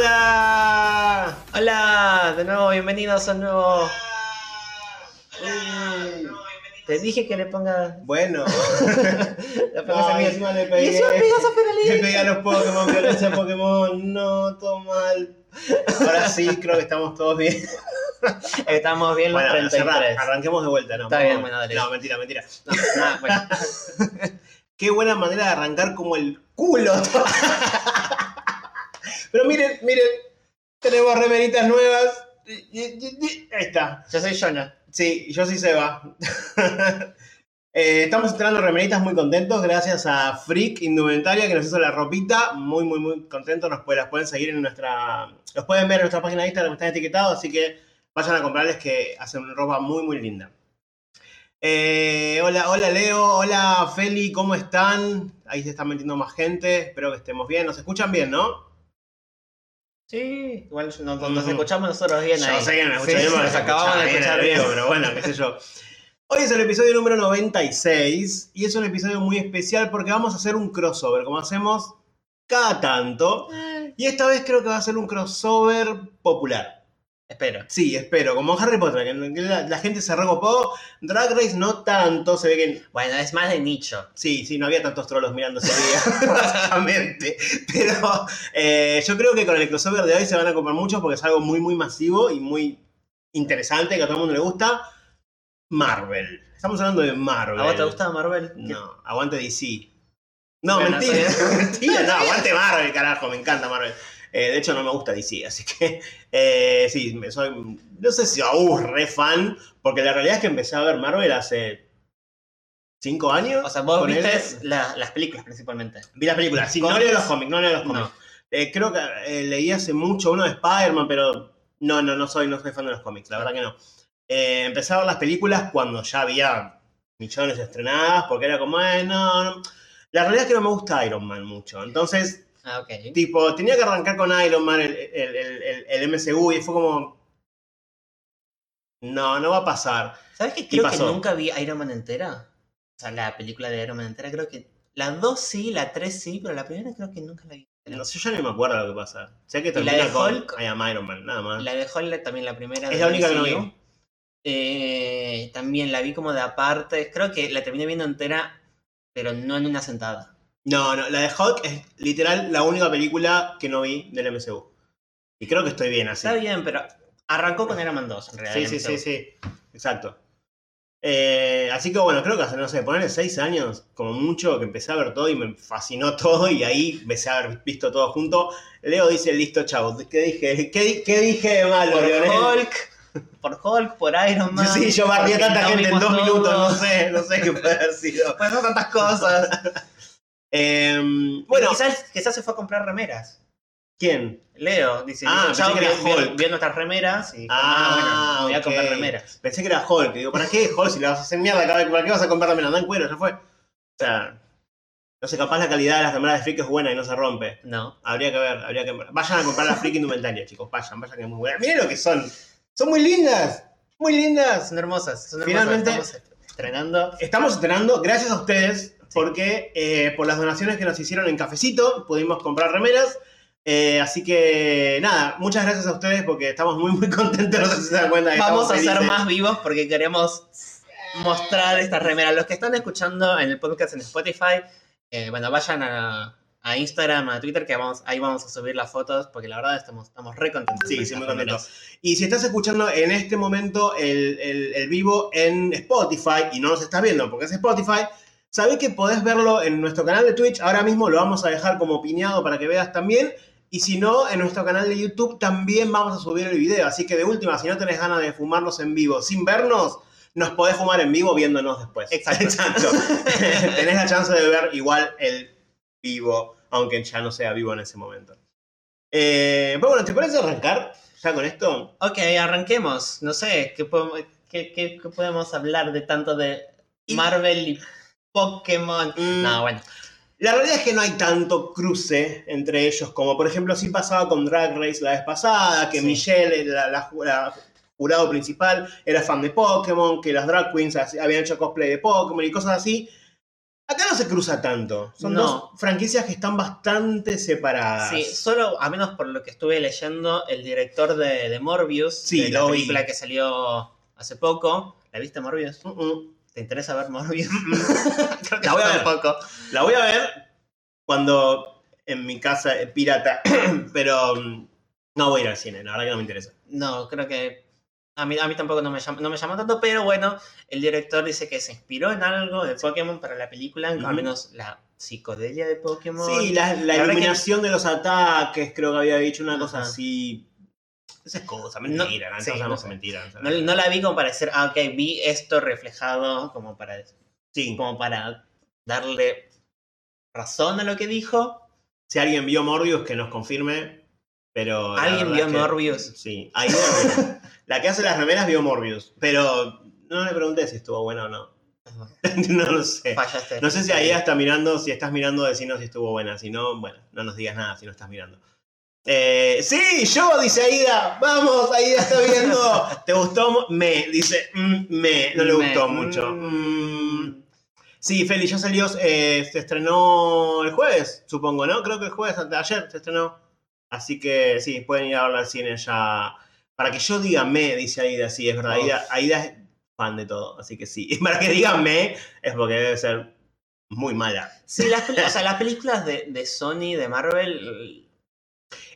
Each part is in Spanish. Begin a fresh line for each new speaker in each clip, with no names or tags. ¡Hola! ¡Hola! De nuevo, bienvenidos a un nuevo. Uy, Te dije que le pongas.
Bueno,
Le pongas
no,
a mí.
encima le
Y
pegué.
eso me pegas a Feralí.
Le pegué a los Pokémon, violencia Pokémon, no, todo mal. Ahora sí, creo que estamos todos bien.
Estamos bien los
Bueno,
33.
cerrá, arranquemos de vuelta, ¿no?
Está
vamos.
bien, bueno, dale.
No, mentira, mentira.
Ah, bueno.
Qué buena manera de arrancar como el culo. Pero miren, miren, tenemos remeritas nuevas. Ahí está.
Yo soy Jonah.
Sí, yo sí se va. Eh, estamos estrenando remeritas muy contentos, gracias a Freak Indumentaria que nos hizo la ropita. Muy, muy, muy contentos. Nos, puede- las pueden seguir en nuestra. Los pueden ver en nuestra página de Instagram, están etiquetados, así que vayan a comprarles que hacen una ropa muy, muy linda. Eh, hola, hola Leo, hola Feli, ¿cómo están? Ahí se está metiendo más gente, espero que estemos bien. Nos escuchan bien, ¿no?
Sí, igual nos, nos
Ujú.
escuchamos nosotros bien ahí.
Yo sé que me escucha
Sí,
bien porque
nos
se
acabamos de
escucha
escuchar
bien el
bien.
video, pero bueno, qué sé yo. Hoy es el episodio número 96 y es un episodio muy especial porque vamos a hacer un crossover, como hacemos cada tanto. Y esta vez creo que va a ser un crossover popular.
Espero.
Sí, espero, como Harry Potter, que que la, la gente se recopó. Drag Race no tanto, se ve que.
Bueno, es más de nicho.
Sí, sí, no había tantos trolos mirando ese día, básicamente. Pero eh, yo creo que con el crossover de hoy se van a comprar muchos porque es algo muy, muy masivo y muy interesante que a todo el mundo le gusta. Marvel. Estamos hablando de Marvel.
¿A vos te gusta Marvel?
No, aguante DC. No,
Bueno,
mentira,
está
mentira, no, aguante Marvel, carajo, me encanta Marvel. Eh, de hecho, no me gusta DC, así que eh, sí, me soy, no sé si aún re fan, porque la realidad es que empecé a ver Marvel hace cinco años.
O sea, vos
Ponele-
viste la- las películas principalmente.
Vi las películas, sí, no
¿Cómics?
leo los cómics, no leo los cómics.
No.
Eh, creo que eh, leí hace mucho uno de Spider-Man, pero no, no, no soy, no soy fan de los cómics, la verdad que no. Eh, empecé a ver las películas cuando ya había millones estrenadas, porque era como, eh, no, no. La realidad es que no me gusta Iron Man mucho. Entonces,
Ah, ok.
tipo, tenía que arrancar con Iron Man el, el- el- el- el MCU y fue como. No, no va a pasar.
¿Sabes que
Y
creo que
pasó.
nunca vi Iron Man entera? O sea, la película de Iron Man entera, creo que. La 2 sí, la 3 sí, pero la primera creo que nunca la vi.
No sé, yo ni me acuerdo lo que pasa. Sé que
la
termina
de
con
Hulk?
I am Iron Man, nada más.
La de Hulk también la primera.
Es
del
la única que no
MCU.
vi.
Eh, también la vi como de aparte. Creo que la terminé viendo entera, pero no en una sentada.
No, no, la de Hulk es literal la única película que no vi del MCU. Y creo que estoy bien así.
Está bien, pero arrancó con Iron Man 2, en realidad.
Sí, sí,
el
sí,
MCU.
sí. Exacto. Eh, así que bueno, creo que hace, no sé, ponerle seis años, como mucho, que empecé a ver todo y me fascinó todo y ahí empecé a haber visto todo junto. Leo dice, listo, chao. ¿Qué dije? ¿Qué, di- qué dije de malo,
Por
Leonel?
Hulk, por Hulk, por Iron Man.
Sí, yo barrí a
porque
tanta
no
gente en
vimos
dos minutos,
todo.
no sé, no sé qué puede haber sido.
Pasó tantas cosas.
Em,
bueno,
bueno,
quizás, quizás se fue a comprar remeras.
¿quién?
Leo dice,
Ah,
dice, chao,
pensé que
vio,
era
vio-
Hulk.
vio nuestras remeras y
Ah,
ah, bueno, voy a
ok.
comprar remeras.
Pensé que era Hulk. Digo, ¿para qué Hulk si la vas a hacer mierda? ¿Para qué vas a comprarla? Me la dan cuero, ya fue. O sea, no sé, capaz la calidad de las remeras de Freak es buena y no se rompe.
No.
Habría que ver, habría que ver. Vayan a comprar la Freak indumentaria, chicos. Vayan, vayan que es muy buena. Miren lo que son. Son muy lindas. Muy lindas.
Son hermosas, son hermosas.
Finalmente-
Estamos estrenando.
Estamos estrenando, gracias a ustedes, porque eh, por las donaciones que nos hicieron en Cafecito pudimos comprar remeras. Eh, así que nada, muchas gracias a ustedes porque estamos muy muy contentos, no sé si se dan cuenta. que
Vamos
estamos
a ser
felices.
más vivos porque queremos mostrar estas remeras. Los que están escuchando en el podcast en Spotify, eh, bueno, vayan a, a Instagram, a Twitter, que vamos, ahí vamos a subir las fotos porque la verdad estamos, estamos re contentos.
Sí,
con
sí,
estas
muy contentos.
remeras.
Y si estás escuchando en este momento el, el- el vivo en Spotify y no nos estás viendo porque es Spotify, sabés que podés verlo en nuestro canal de Twitch. Ahora mismo lo vamos a dejar como piñado para que veas también. Y si no, en nuestro canal de YouTube también vamos a subir el video. Así que de última, si no tenés ganas de fumarnos en vivo sin vernos, nos podés fumar en vivo viéndonos después.
Exacto.
tenés la chance de ver igual el vivo, aunque ya no sea vivo en ese momento. Eh, pero bueno, ¿te parece arrancar ya con esto?
Ok, arranquemos. No sé, ¿qué podemos, qué- qué- qué podemos hablar de tanto de
Y-
Marvel y Pokémon?
Mm.
No, bueno.
La realidad es que no hay tanto cruce entre ellos, como por ejemplo sí pasaba con Drag Race la vez pasada, que
Sí.
Michelle, la, la ju- la jurado principal, era fan de Pokémon, que las drag queens ha- habían hecho cosplay de Pokémon y cosas así. Acá no se cruza tanto. Son
No.
dos franquicias que están bastante separadas.
Sí, solo, a menos por lo que estuve leyendo, el director de, de Morbius,
Sí,
de la
lo vi.
película que salió hace poco. ¿La viste Morbius?
Mm, mm.
¿Te interesa ver Morbius? Creo que
La voy a
yo
ver.
tampoco.
La voy a ver cuando en mi casa eh, pirata, pero mm, no voy a ir al cine, la verdad que no me interesa.
No, creo que a mí, a mí tampoco no me, llamó, no me llamó tanto, pero bueno, el director dice que se inspiró en algo de Pokémon para la película,
Ujú.
al menos la psicodelia de Pokémon.
Sí, la, la
verdad que-
iluminación de los ataques, creo que había dicho una cosa
Ajá.
así. Esa es cosa,
No-
mentira, no,
sí, no sé.
mentira.
No, no la vi como para decir, ah, ok, vi esto reflejado como para,
Sí,
como para darle razón a lo que dijo.
si alguien vio Morbius, que nos confirme, pero... la
¿Alguien vio
verdad es que-
Morbius?
Sí, ahí Morbius. La que hace las remeras vio Morbius, pero no le pregunté si estuvo buena o no. no lo sé.
Fallaste.
No sé si ahí está mirando, si estás mirando, decinos si estuvo buena. Si no, bueno, no nos digas nada si no estás mirando. Eh, sí, yo, dice Aida. Vamos, Aida está viendo. ¿Te gustó? mo-?" Me, dice, "Mm, me. No le
Me,
gustó
mm.
mucho. Mm. Sí, Feli, ya salió, eh, se estrenó el jueves, supongo, ¿no? Creo que el jueves, ante- ayer se estrenó. Así que sí, pueden ir a verla al cine ya. Para que yo diga me, dice Aida, sí, es verdad.
Uf.
Aida, Aida es fan de todo, así que sí. Para que diga me, es porque debe ser muy mala.
Sí, las, peli- o sea, las películas de, de Sony, de Marvel,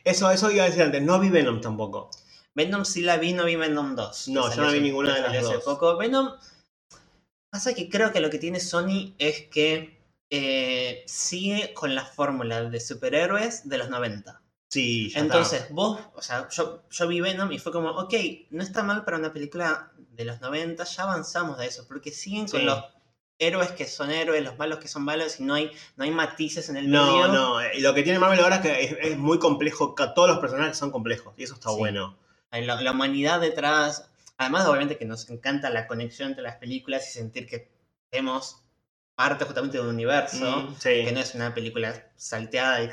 Eso, eso iba a decir antes, no vi Venom tampoco.
Venom sí la vi, no vi Venom 2. que
No, yo
salió
no vi
hace-
ninguna
que
de las
salió hace
dos.
poco. Venom. Pasa que creo que lo que tiene Sony es que eh, sigue con la fórmula de superhéroes de los 90.
Sí, ya
Entonces,
está.
vos, o sea, yo, yo vi Venom y fue como, ok, no está mal para una película de los 90, ya avanzamos de eso, porque siguen
Sí.
con los héroes que son héroes, los malos que son malos y no hay, no hay matices en el medio.
No, no, eh, lo que tiene Marvel ahora es que es, es muy complejo, ca- todos los personajes son complejos y eso está
Sí.
bueno.
Hay La, la humanidad detrás. Además, obviamente, que nos encanta la conexión entre las películas y sentir que somos parte justamente de un universo.
Mm, sí.
Que no es una película salteada. y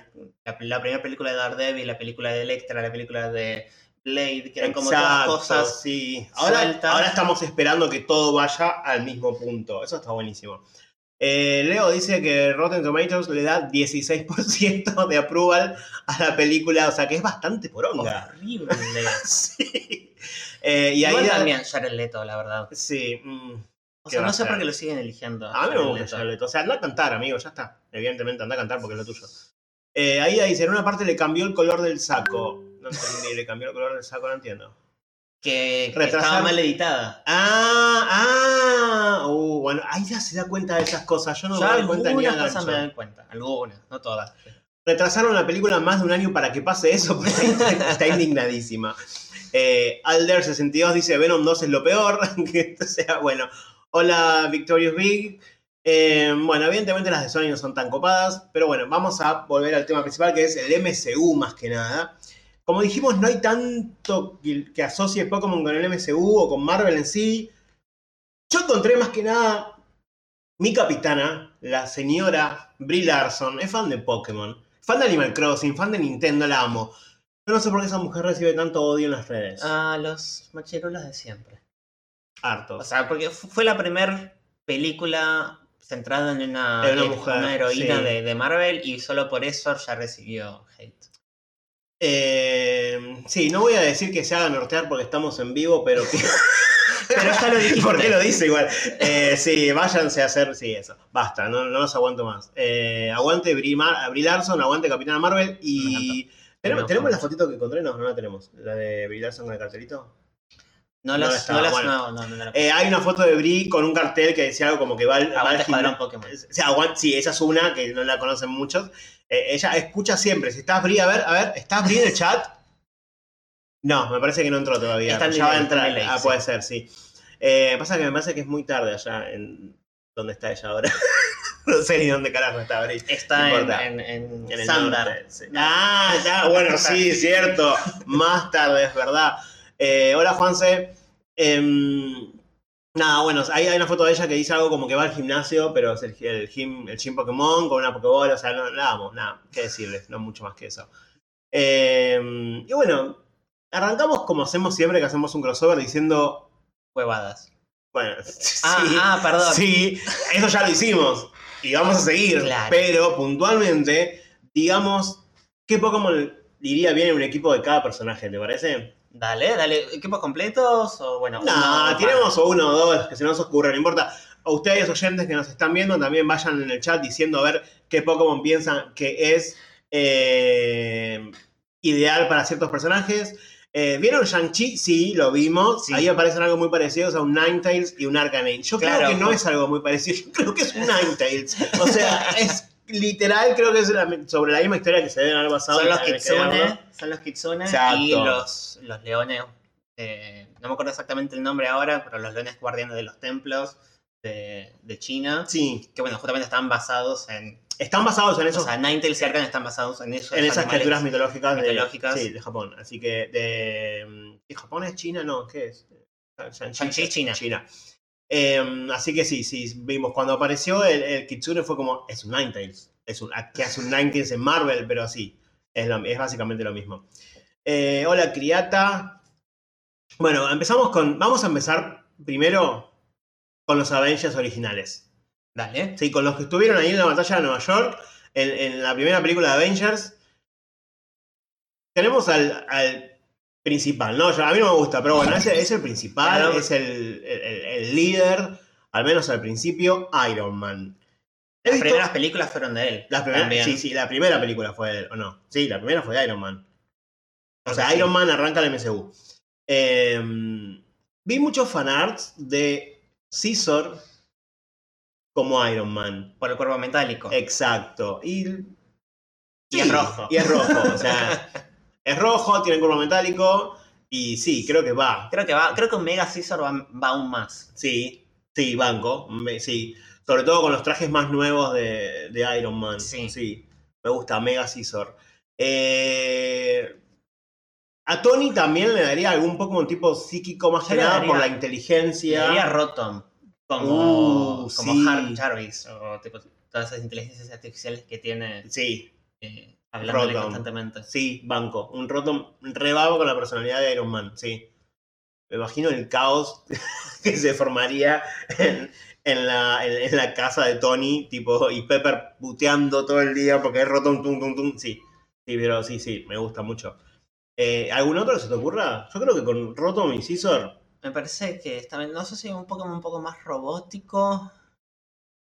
La, la primera película de Daredevil, la película de Electra, la película de Blade, que eran como todas
Exacto,
cosas.
Sí. Ahora,
sueltas.
ahora estamos esperando que todo vaya al mismo punto. Eso está buenísimo. Eh, Leo dice que Rotten Tomatoes le da 16% de approval a la película, o sea que es bastante poronga.
Horrible.
Sí. Eh, y
y
ahí
ahí
da-
también Jared Leto, la verdad.
Sí. mm.
O
¿Qué
sea,
va
no
a
sé por
ser?
qué lo siguen eligiendo.
A mí Ah, me
Jared
gusta
Leto.
Jared Leto. O sea, anda a cantar, amigo, ya está. Evidentemente, anda a cantar porque es lo tuyo. Eh, ahí dice, en una parte le cambió el color del saco. No entendí, le cambió el color del saco, no entiendo.
Que, que
Retrasar-
estaba mal editada.
Ah, ah, uh, bueno, ahí ya se da cuenta de esas cosas. Yo no
Yo
me doy cuenta ni
algunas
a
cosas
gancho.
me dan cuenta. Algunas, no todas.
Retrasaron la película más de un año para que pase eso, porque está, está indignadísima. Eh, Alder62 dice: Venom 2 es lo peor. que esto sea, bueno. Hola, Victorious Big. Eh, bueno, evidentemente las de Sony no son tan copadas, pero bueno, vamos a volver al tema principal que es el MCU más que nada. Como dijimos, no hay tanto que, que asocie Pokémon con el MCU o con Marvel en sí. Yo encontré más que nada mi capitana, la señora Brie Larson, es fan de Pokémon, fan de Animal Crossing, fan de Nintendo, la amo. Yo no sé por qué esa mujer recibe tanto odio en las redes.
Ah, los macherolas de siempre.
Harto.
O sea, porque fu- fue la primera película centrada en una,
En una mujer,
una heroína
sí.
de, de Marvel y solo por eso ya recibió hate.
Eh, sí, no voy a decir que se haga nortear porque estamos en vivo, pero que...
Pero ya lo dijiste.
¿Por qué lo dice igual? Eh, sí, váyanse a hacer, sí, eso. Basta, no, no los aguanto más. Eh, aguante Brie, Mar- Brie Larson, aguante Capitana Marvel
Me
y... ¿Tenemos,
Me
tenemos
encanta.
la fotito que encontré? No, no la tenemos. ¿La de Brie Larson con el cartelito?
No
No
las, no,
estaba,
las, no,
bueno.
no, no, no.
Eh, hay una foto de Brie con un cartel que decía algo como que va al, va al
Aguante Escuadrón
gimnasio.
Pokémon.
O sea, aguan- sí, esa es una que no la conocen muchos. Eh, ella escucha siempre. Si estás Brie, a ver, a ver, ¿estás Brie en el chat? No, me parece que no entró todavía.
Está en
ya va a
delay, está en
entrar.
delay,
ah,
sí.
puede ser, sí. Eh, pasa que me parece que es muy tarde allá en donde está ella ahora. no sé ni dónde carajo está Brie. no
Está en,
importa.
en, en,
En el
Sandar.
norte, sí. Ah, ya, bueno, sí, cierto. Más tarde, es verdad. Eh, hola, Juanse. Em, nada, bueno, ahí hay una foto de ella que dice algo como que va al gimnasio, pero es el, el, gym, el gym Pokémon con una Pokébola, o sea, no, nada, mo- nada, qué decirles, no mucho más que eso. Em, y bueno, arrancamos como hacemos siempre que hacemos un crossover diciendo,
Huevadas.
bueno,
Ah, ah, perdón.
sí, eso ya lo hicimos. y vamos a seguir.
Claro.
Pero puntualmente, digamos, ¿qué Pokémon iría bien en un equipo de cada personaje, te parece?
Dale, dale. ¿Equipos completos o bueno?
No,
uno,
tiremos o uno o dos, que se nos ocurra, no importa. A ustedes, oyentes que nos están viendo, también vayan en el chat diciendo a ver qué Pokémon piensan que es eh, ideal para ciertos personajes. Eh, ¿Vieron Shang-Chi? Sí, lo vimos.
Sí.
Ahí aparecen algo muy parecidos a un Ninetales y un Arcanine. Yo creo
Claro.
que no es algo muy parecido, yo creo que es un Ninetales. O sea, es literal, creo que es la- sobre la misma historia que se deben haber basado.
Son ¿eh? los
Hay que verlo.
kitsunes, son los kitsunes
Exacto.
y los, los leones, eh, no me acuerdo exactamente el nombre ahora, pero los leones guardianes de los templos de, de China,
Sí,
que bueno, justamente están basados en,
están basados en
o
esos
sea, Ninetales y Arcan están basados en esos
en esas
animales.
criaturas mitológicas, de-
mitológicas.
sí, de Japón. Así que de, mm, ¿de Japón es China, no, ¿qué es? Shang-Chi,
Shang-Chi, China.
Eh, así que sí, sí, vimos cuando apareció el, el Kitsune fue como, es un Ninetales, es un, que hace un Ninetales en Marvel, pero sí, es, lo- es básicamente lo mismo. Eh, hola, Criata. Bueno, empezamos con, vamos a empezar primero con los Avengers originales.
Dale.
Sí, con los que estuvieron ahí en la batalla de Nueva York, en, en la primera película de Avengers. Tenemos al, al principal, ¿no? Yo- a mí no me gusta, pero bueno, es el, es el principal,
Claro.
es el, el- el- el líder, al menos al principio, Iron Man. He
Las
visto-
primeras películas fueron de él.
las primeras-
también.
sí, sí, la primera película fue de él, ¿o no? Sí, la primera fue de Iron Man. O
Creo
sea,
que sí.
Iron Man arranca el MCU. Eh, vi muchos fanarts de Caesar como Iron Man.
Por el cuervo metálico.
Eh. Exacto. Y,
Y es rojo.
Y es rojo. O sea, es rojo, tiene cuerpo metálico. Y sí, creo que va.
Creo que va, creo que un Mega Scissor va, va aún más.
Sí, sí, banco. Me- sí. Sobre todo con los trajes más nuevos de, de Iron Man.
Sí.
Me gusta, Mega Scizor. Eh, a Tony también le daría algún Pokémon tipo psíquico más
Yo
que
le
nada
daría-
por la
Y
inteligencia.
haría Rotom. Como,
Uh,
como
sí.
Har- Jarvis. O tipo, todas esas inteligencias artificiales que tiene
Sí,
eh, hablándole
Rotom.
constantemente.
Sí, banco. Un roto rebabo con la personalidad de Iron Man, sí. Me imagino el caos que se formaría en, en la, en, en la casa de Tony, tipo, y Pepper puteando todo el día porque es rotom, tum, tum, tum. Sí, sí, pero sí, sí, me gusta mucho. Eh, ¿Algún otro que se te ocurra? Yo creo que con Rotom y Scizor,
Me parece que está bien. No sé si un Pokémon un poco más robótico.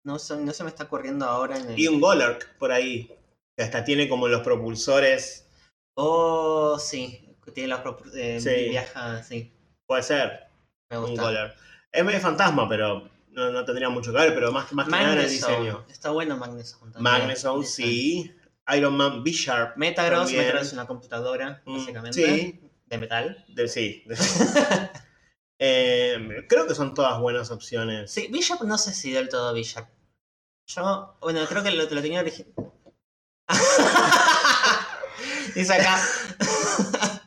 No, se- no se me está ocurriendo ahora en el.
y un Golurk por ahí, que hasta tiene como los propulsores,
Oh, sí. que Tiene los propul- eh,
Sí.
viaja, sí.
puede ser,
Me
un
gusta.
Golurk. Es medio fantasma, pero no, no tendría mucho que ver, pero más, más que nada en el diseño.
Magneson. Está bueno Magneson también.
Magneson,
Magneson.
sí. Iron Man B Sharp.
Metagross,
También.
Metagross es una computadora,
Mm,
básicamente.
Sí,
De metal.
de- sí. Eh, creo que son todas buenas opciones.
Sí, Bishop no sé si del todo Bishop. Yo, bueno, creo que lo, lo tenía original. Dice acá.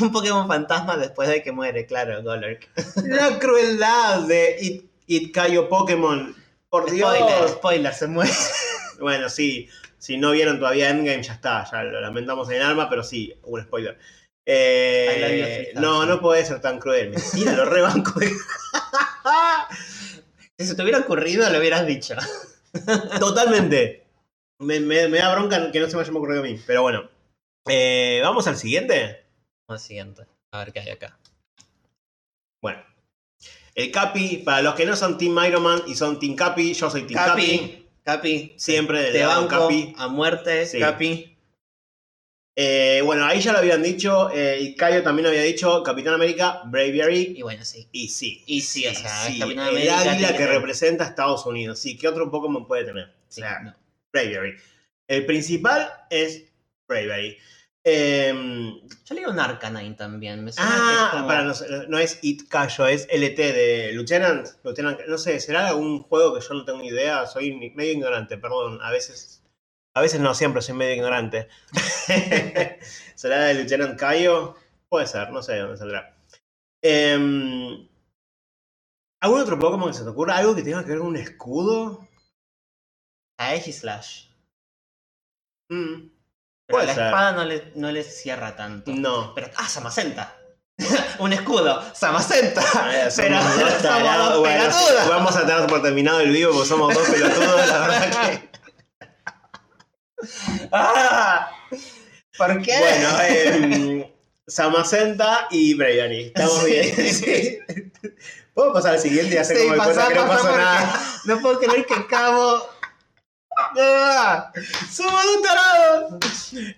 un Pokémon fantasma después de que muere, claro, Golurk.
La crueldad de It, It Cayo Pokémon. Por Dios.
Spoiler, spoiler, se muere.
Bueno, sí. Si no vieron todavía Endgame, ya está. Ya lo lamentamos en el alma, pero sí, un spoiler. Eh,
I love you, Freestyle.
no, no puede ser tan cruel. Mentira, lo rebanco.
Si se te hubiera ocurrido, lo hubieras dicho.
Totalmente. Me, me- me da bronca que no se me haya ocurrido a mí. Pero bueno. Eh, Vamos al siguiente.
Vamos al siguiente. A ver qué hay acá.
Bueno. El Capi, para los que no son Team Iron Man y son Team Capi, yo soy Team Capi.
Capi, Capi.
Siempre del
Te
lado
banco
Capi.
a muerte,
Sí.
Capi.
Eh, bueno, ahí ya lo habían dicho, eh, y Cayo también lo había dicho, Capitán América, Bravery,
Y bueno, sí.
y sí.
Y sí, o sea,
Sí,
es Capitán
el
América,
águila
tiene
que
tener-
representa a Estados Unidos. Sí, ¿qué otro Pokémon puede tener?
Sí,
O sea,
no.
Bravery. El principal es Bravery. Eh,
Yo leí un Arcanine también. Me suena que
ah,
es como-
para nos- no es It Cayo, es LT de Lieutenant, Lieutenant. No sé, ¿será algún juego que yo no tengo ni idea? Soy ni- medio ignorante, perdón. A veces, a veces no, siempre soy medio ignorante. ¿Será de Lieutenant Cayo? Puede ser, no sé de dónde saldrá. Em, ¿Algún otro Pokémon que se te ocurra? ¿Algo que tenga que ver con un escudo?
A Slash.
Mm,
Pero
Puede
la
ser.
espada no le, no le cierra tanto.
no.
Pero. ¡Ah, Samacenta! un escudo, Samacenta.
Ah, somos
Pero
dos
somos
tarados.
dos
Bueno,
pelotudos.
Vamos a tener por terminado el vivo porque somos dos pelotudos, la verdad que.
¡Ah! ¿Por qué?
Bueno, em, Samacenta y Bryony. Estamos
Sí,
bien.
sí.
¿Puedo pasar al siguiente y hacer
Sí,
como de cuenta
pasá,
que no
pasá,
pasó
porque
nada?
No puedo creer que Cabo. ¡Ah! ¡Somos un tarado!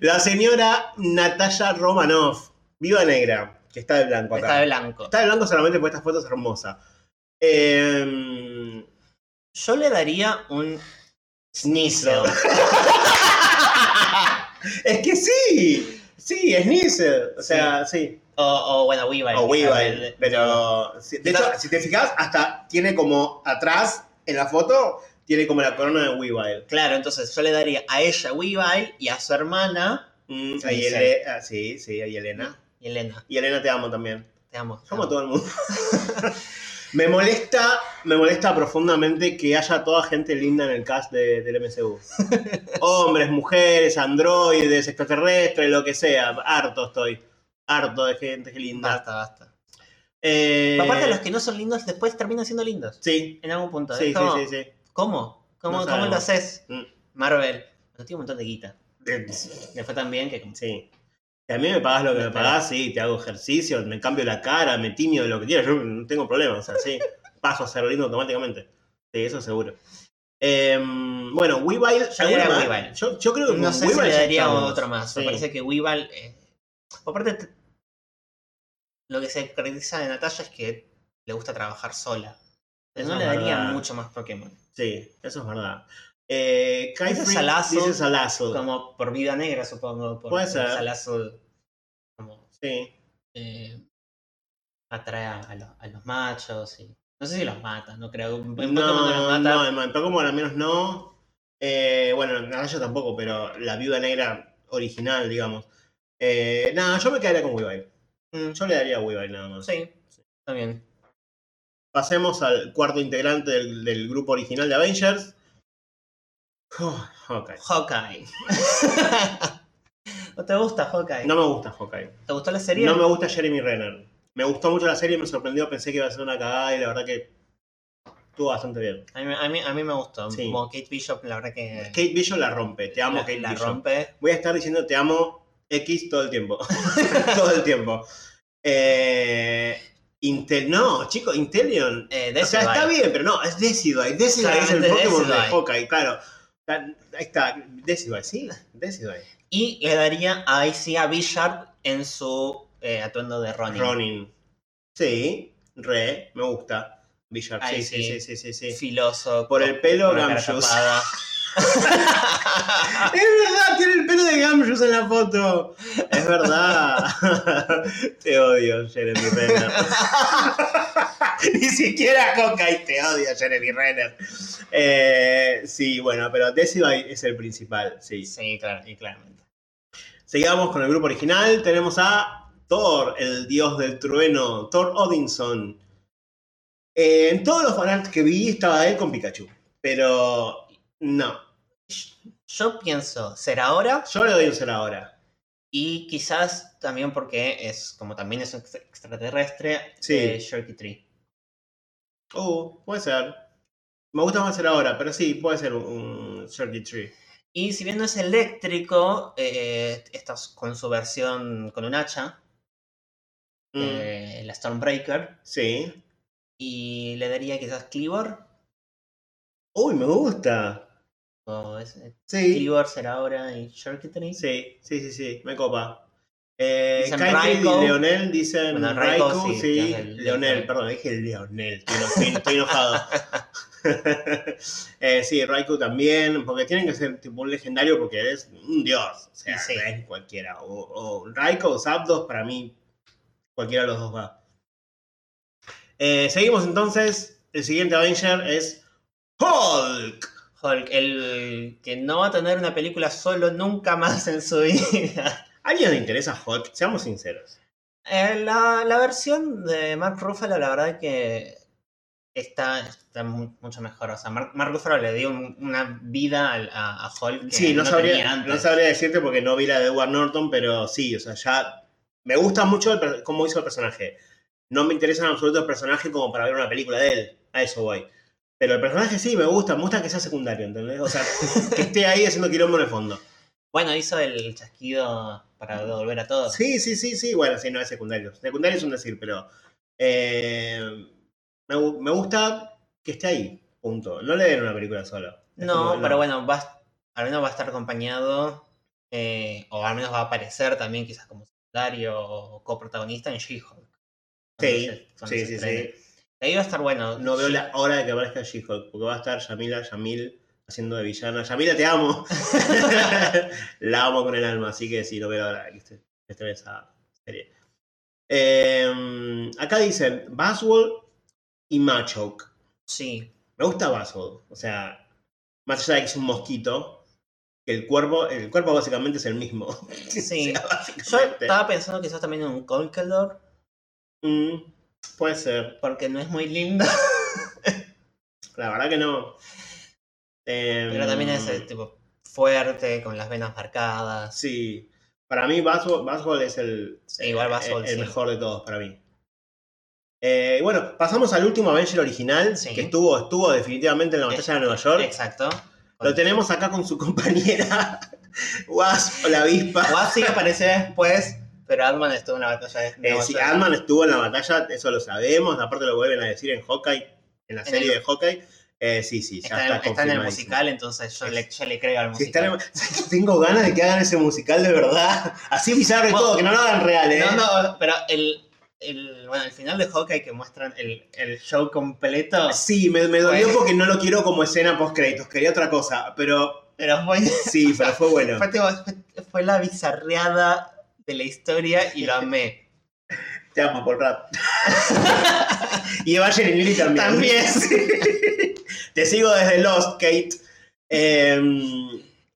La señora Natalia Romanoff, viva negra, que está de blanco acá.
Está de blanco.
Está de blanco solamente por estas fotos hermosas. Em,
Yo le daría un snizzle. Ah.
es que sí, sí, es Nice. O sea, sí.
O, o bueno, Weevil.
O Weevil,
quizás.
pero... sí, De hecho, si te fijas, hasta tiene como atrás, en la foto, tiene como la corona de Weevil.
Claro, entonces yo le daría a ella Weevil y a su hermana
Mm,
Sí,
ahí
sí.
Ele- ah, sí, sí, ahí Elena.
y Elena.
Y Elena te amo también.
Te amo. te
Yo amo a
amo.
todo el mundo. me molesta, me molesta profundamente que haya toda gente linda en el cast de- del MCU. Hombres, mujeres, androides, extraterrestres, lo que sea. Harto estoy. Harto de gente que linda.
Basta, basta.
Eh,
Aparte, los que no son lindos después terminan siendo lindos.
Sí,
En algún punto.
sí,
es
sí,
como,
sí, sí.
¿Cómo? ¿Cómo,
No
cómo lo
sabemos.
haces?
Mm.
Marvel. Pero tiene un montón de guita.
Eh,
Le fue tan bien que.
Sí. Si a mí me pagas lo que me
Claro.
pagas, sí, te hago ejercicio, me cambio la cara, me tiño lo que quieras, yo no tengo problema, o sea, sí, paso a ser lindo automáticamente. Sí, eso seguro. Em, bueno, Weevil, ya
Yo era
una más.
Weevil.
Yo, yo creo que
No
con
sé si
Weevil
le
ya
daría
estamos.
otro más.
Sí.
Me parece que Weevil. eh, Aparte, te- lo que se caracteriza de Natalia es que le gusta trabajar sola. Pero
Eso
no le
es
daría
verdad.
mucho más Pokémon.
Sí, eso es verdad. Eh, Kai
Dice
Freak
Salazo.
dice Salazo.
Como por vida negra, supongo. Por
Puede ser.
el Salazo. Como.
Sí.
eh, atrae a a los, a los machos. Y... No sé si los mata, no creo. En
No,
Pokémon no los
no,
mata.
no, en Pokémon al menos no. Eh, bueno, en Natalia tampoco, pero la viuda negra original, digamos. Eh, nada, yo me quedaría con Weevil.
Mm,
Yo le daría a Weevil nada más.
Sí, también.
Pasemos al cuarto integrante del, del grupo original de Avengers. Oh, Hawkeye.
Hawkeye. ¿No te gusta Hawkeye?
No me gusta Hawkeye.
¿Te gustó la serie?
No me gusta Jeremy Renner. Me gustó mucho la serie, me sorprendió, pensé que iba a ser una cagada y la verdad que estuvo bastante bien.
A, mí, a, mí, a mí me gustó.
Sí.
Como Kate Bishop, la verdad que.
Kate Bishop la rompe, te amo
Eh. la,
Kate
la
Bishop.
rompe.
Voy a estar diciendo te amo X todo el tiempo. todo el tiempo. Eh, Intel, no, chicos, Intelion
Eh, de
O sea,
eso
está
hay.
bien, pero no, es Decidueye. Decidueye es el
Claramente
Pokémon de
Decidueye.
Hawkeye, claro. Está- Ahí está, Decidueye, sí, Decidueye.
Y le daría a Isaiah Bishop en su eh, atuendo de Ronin.
Ronin. Sí, re, me gusta. Villar, sí,
Ay,
sí, sí,
sí.
sí, sí, sí.
Filoso.
Por
con-
el pelo,
con la cara
Gamshus.
tapada.
Ah, Es verdad, tiene el pelo de Gamjus en la foto. Es verdad. te odio, Jeremy Renner. Ni siquiera Hawkeye te odia, Jeremy Renner. Eh, sí, bueno, pero Decidueye es el principal, sí.
sí, claro, y claramente.
Seguimos con el grupo original. Tenemos a Thor, el dios del trueno, Thor Odinson. Eh, en todos los fanarts que vi estaba él con Pikachu, pero no.
Yo pienso ser ahora
Yo le doy un ser ahora.
y quizás también porque es como también es un ex- extraterrestre.
Sí.
eh, Shirky
Uh, puede ser. Me gusta más ser ahora, pero sí, puede ser un, un Circuit Tree.
Y si bien no es eléctrico, eh, está con su versión con un hacha,
Mm,
eh, la Stormbreaker.
sí.
Y le daría quizás Cleavor.
Uy, me gusta.
O es, eh,
Sí.
Cleavor será ahora y Charcuterie.
Sí, sí, sí, sí, me copa. Eh,
Dicen
Kaifrid
Raikou.
y Leonel dicen
Bueno,
Raikou,
Raikou,
sí.
sí, Leonel,
Leonel,
Leonel.
perdón, dije Leonel, estoy, eno- estoy- estoy enojado. Eh, sí, Raikou también, porque tienen que ser tipo un legendario porque eres un dios, o sea,
Sí.
no es cualquiera. O, o Raikou o Zapdos, para mí, cualquiera de los dos va. Eh, seguimos entonces, el siguiente Avenger es Hulk.
Hulk, el que no va a tener una película solo nunca más en su vida.
¿A alguien le interesa Hulk? Seamos sinceros.
Eh, la, la versión de Mark Ruffalo, la verdad que está, está mu- mucho mejor. O sea, Mark, Mark Ruffalo le dio un- una vida al- a, a Hulk que
Sí, no,
tenía
sabría,
antes.
no sabría decirte porque no vi la de Edward Norton, pero sí, o sea, ya me gusta mucho el per- cómo hizo el personaje. no me interesa en absoluto el personaje como para ver una película de él. A eso voy. Pero el personaje sí me gusta, me gusta que sea secundario, ¿entendés? O sea, que esté ahí haciendo quilombo en el fondo.
Bueno, hizo el chasquido para volver a todos.
Mm. Sí, sí, sí, sí. Bueno, sí, no es secundario. Secundario es un decir, pero. eh, me, gu- me gusta que esté ahí. Punto. No le den una película solo. Es
No,
como,
pero bueno, va, al menos va a estar acompañado, eh, o al menos va a aparecer también quizás como secundario o coprotagonista en She-Hulk.
Sí,
Cuando se- cuando
sí,
se
sí,
estrene.
sí.
Ahí va a estar bueno.
No veo la hora de que aparezca She-Hulk, porque va a estar Yamila Yamil haciendo de villana. Yamila, te amo. la amo con el alma, así que sí, no veo la hora de que esté- que esté en esa serie. Eh, acá dicen Baswell y Machoke.
Sí,
Me gusta Baswell. O sea, más allá de que es un mosquito, que el cuerpo, el cuerpo básicamente es el mismo.
sí.
O sea,
Yo
básicamente.
estaba pensando quizás también en un Conkeldor,
Mm, puede ser.
porque no es muy lindo,
La verdad que no. Eh,
pero también es eh, tipo fuerte, con las venas marcadas.
Sí. Para mí, Baswell Baswell es el,
Sí, igual Baswell,
Eh, el, el
sí.
mejor de todos, para mí. Eh, bueno, pasamos al último Avenger original,
Sí.
que estuvo, estuvo definitivamente en la batalla de Nueva York.
Exacto.
Lo tenemos acá con su compañera Wasp, la avispa.
O así aparece después, pero Ant-Man estuvo en la batalla de
Eh,
Nueva
sí,
York.
Ant-Man estuvo en la batalla, eso lo sabemos. Aparte lo vuelven a decir en Hawkeye, en la
En
serie
el-
de Hawkeye. Eh, sí, sí, ya
Está, en-
está,
está en el
confirmadísimo.
musical, entonces yo le, yo le creo al
Sí, está en
musical.
el- ¿Sabes que tengo ganas de que hagan ese musical de verdad? Así bizarro y
Bueno,
todo, que no lo hagan real, ¿eh?
No, no, pero el, el, bueno, el final de Hawkeye que muestran el, el show completo,
Sí, me, me dolió
Bueno.
porque no lo quiero como escena post créditos, quería otra cosa, pero
pero fue,
sí, pero fue bueno.
fue, tipo- fue- fue la bizarreada de la historia y lo amé.
Te amo por rap. y Evangeline Lily también.
También.
Te sigo desde Lost, Kate. Eh,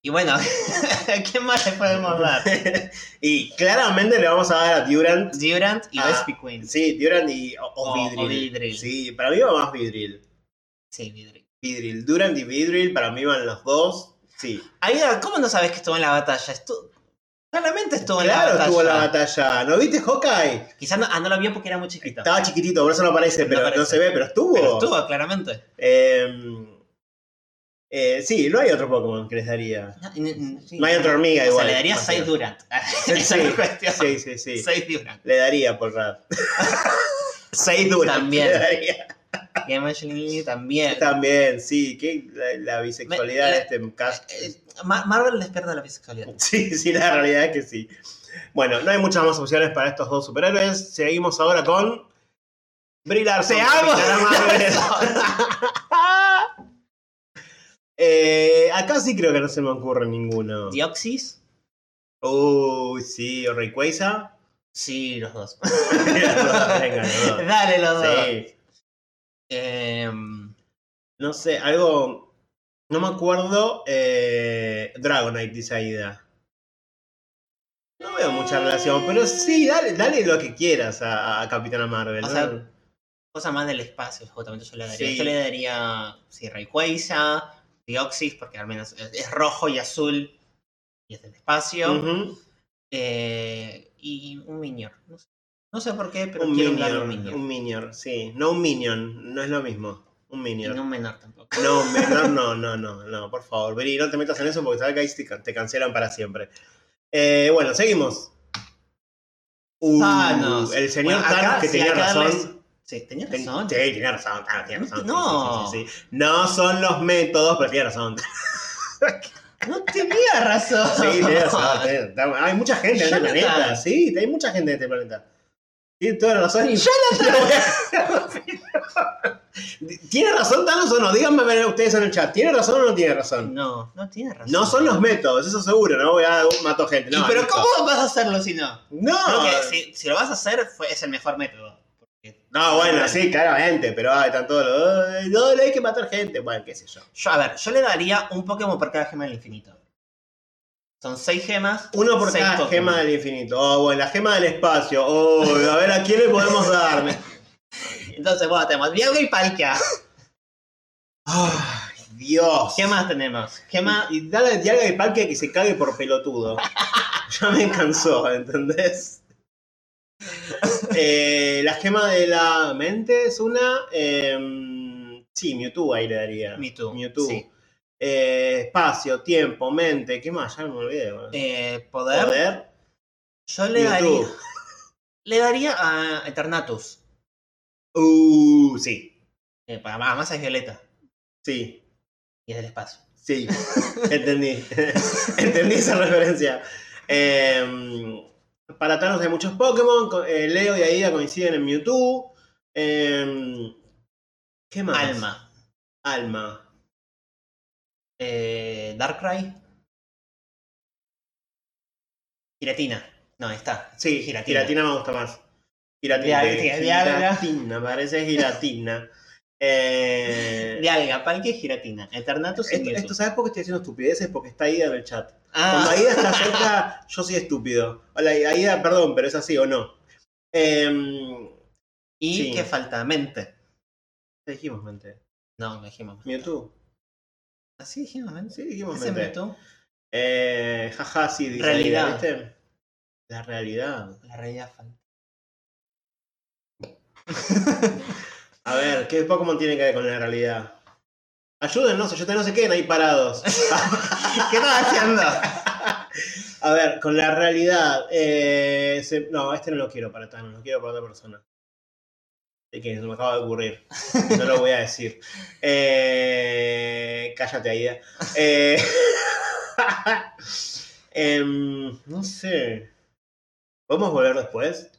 Y bueno, ¿qué más le podemos dar?
y claramente le vamos a dar a Durant.
Durant y
Ah,
Vespi Queen.
Sí, Durant y, o,
O-
o Vidril.
Oh, o Vidril.
Sí, para mí va más Vidril.
Sí, Vidri.
Vidril. Durant y Vidril, para mí van los dos. Sí.
Aida, ah, ¿cómo no sabes que estuvo en la batalla? Estu- Claramente estuvo en la
claro,
batalla.
estuvo la batalla. ¿No viste Hawkeye?
Quizás no, ah, no lo vio porque era muy chiquito.
Estaba chiquitito, por eso no aparece,
No
pero no
aparece.
se ve, pero estuvo.
Pero estuvo, claramente.
Eh, eh, sí, no hay otro Pokémon que les daría.
No, n- n- sí.
No hay otra
O
hormiga
sea,
igual.
le daría
Más
6
bien.
Durant. Esa es
Sí,
la cuestión.
Sí, sí, sí.
6 Durant.
Le daría por rap. Seis duras.
También.
Le daría.
Y Evangeline Lilly también.
También, sí. ¿qué? La, la bisexualidad
Me-
de este caso.
Eh, Ma- Marvel despierta la bisexualidad.
Sí, sí, la realidad es que sí. Bueno, no hay muchas más opciones para estos dos superhéroes. Seguimos ahora con. Brie Larson,
¡Te amo!
Capitana Marvel. Eh, acá sí creo que no se me ocurre ninguno. Uy,
¿Dioxis?
sí, o Rayquaza.
Sí, los dos.
Venga, los dos.
Dale los dos.
Sí.
Em,
No sé, algo. No me acuerdo. eh, Dragonite, dice Aida. No veo mucha relación, pero sí, dale, dale lo que quieras a, a Capitana Marvel.
O
¿no?
sea, cosa más del espacio, justamente yo le daría.
Sí.
Yo le daría, sí, Rayquaza, Dioxis, porque al menos es, es rojo y azul y es del espacio.
Ujú.
Eh, y un Minior. No sé, no sé por qué, pero
un,
quiero
minion,
darle un
un
Minior.
minion. sí. No un minion, no es lo mismo. Un
Y
minion.
no un menor tampoco.
No, un menor, no, no, no, no, por favor, Bri, no te metas en eso porque sabes que ahí te can- te cancelan para siempre. Eh, bueno, seguimos. Uh,
Thanos.
El señor
Bueno,
Thanos
acá
que
sí,
tenía
acá
razón.
les- Sí, tenía
Ten-
razón.
Sí, tiene razón, claro, tiene razón. sí,
No.
sí, sí, sí, sí. No son los métodos, pero tiene razón.
No tenía razón.
Sí, tiene razón. tiene- Hay mucha gente en este
Jonathan.
planeta. Sí, hay mucha gente en este planeta. Tiene toda la razón. Y... ¿Tiene razón Thanos o no? Díganme a ver ustedes en el chat. ¿Tiene razón o no tiene razón?
No, no tiene razón.
No son los métodos, eso seguro. No voy a matar gente.
¿Y
No,
pero
listo.
cómo vas a hacerlo si no? Creo
No.
que si, si lo vas a hacer, fue- es el mejor método. Porque
No, bueno, sí, claramente. Pero ay, están todos los. "Ay, No, le hay que matar gente. Bueno, qué sé yo.
Yo, a ver, yo le daría un Pokémon por cada gema del infinito. Son seis gemas.
Uno por
seis
cada
Pokémon.
gema del infinito. Oh, bueno, la gema del espacio. Oh, a ver, ¿a quién le podemos dar?
Entonces, bueno, tenemos Diablo y Palkia.
Ay, Dios.
¿Qué más tenemos? Gema.
Y dale a Dialga y Palkia que se cague por pelotudo. ya me cansó, ¿entendés? Eh, la gema de la mente es una. eh, sí, Mewtwo ahí le daría.
Mewtwo, sí.
Eh, espacio, tiempo, mente. ¿Qué más? Ya me olvidé. bueno.
Eh, poder,
Poder.
Yo le
Mewtwo.
daría. Le daría a Eternatus.
Uh, sí.
Eh, para más, más es Violeta.
Sí.
Y es del espacio.
Sí. Entendí. Entendí esa referencia. Eh, para Thanos hay muchos Pokémon. co- eh, Leo y Aida coinciden en Mewtwo. Eh, ¿Qué más?
Alma.
Alma.
Eh, Darkrai. Giratina. No, ahí está.
Sí,
Giratina.
giratina. me gusta más. Giratina.
Viagra,
eh,
Viagra.
giratina, parece giratina. Eh,
De alga, ¿para qué es giratina? Eternatus y
esto,
Mewtwo.
esto, ¿sabes por qué estoy diciendo estupideces? Porque está Aida en el chat.
Ah,
Cuando Aida está cerca, yo soy estúpido. Hola, Aida, perdón, pero es así o no. Em,
y
sí.
qué falta, mente.
¿Qué dijimos, mente?
No, no dijimos.
Mewtwo.
Así dijimos mente.
Sí, dijimos
Ese
mente.
Mewtwo.
Eh, jaja, sí, dice
Realidad.
Aida, ¿viste? La realidad.
La realidad falta.
A ver, ¿qué Pokémon tiene que ver con la realidad? Ayúdennos, ayúdennos, no se queden ahí parados.
¿Qué estás haciendo?
A ver, con la realidad. eh, se- no, este no lo quiero para Thanos, lo quiero para otra persona. Así que se me acaba de ocurrir. No lo voy a decir. Eh, cállate, Aida. Eh, em, no sé. ¿Podemos volver después?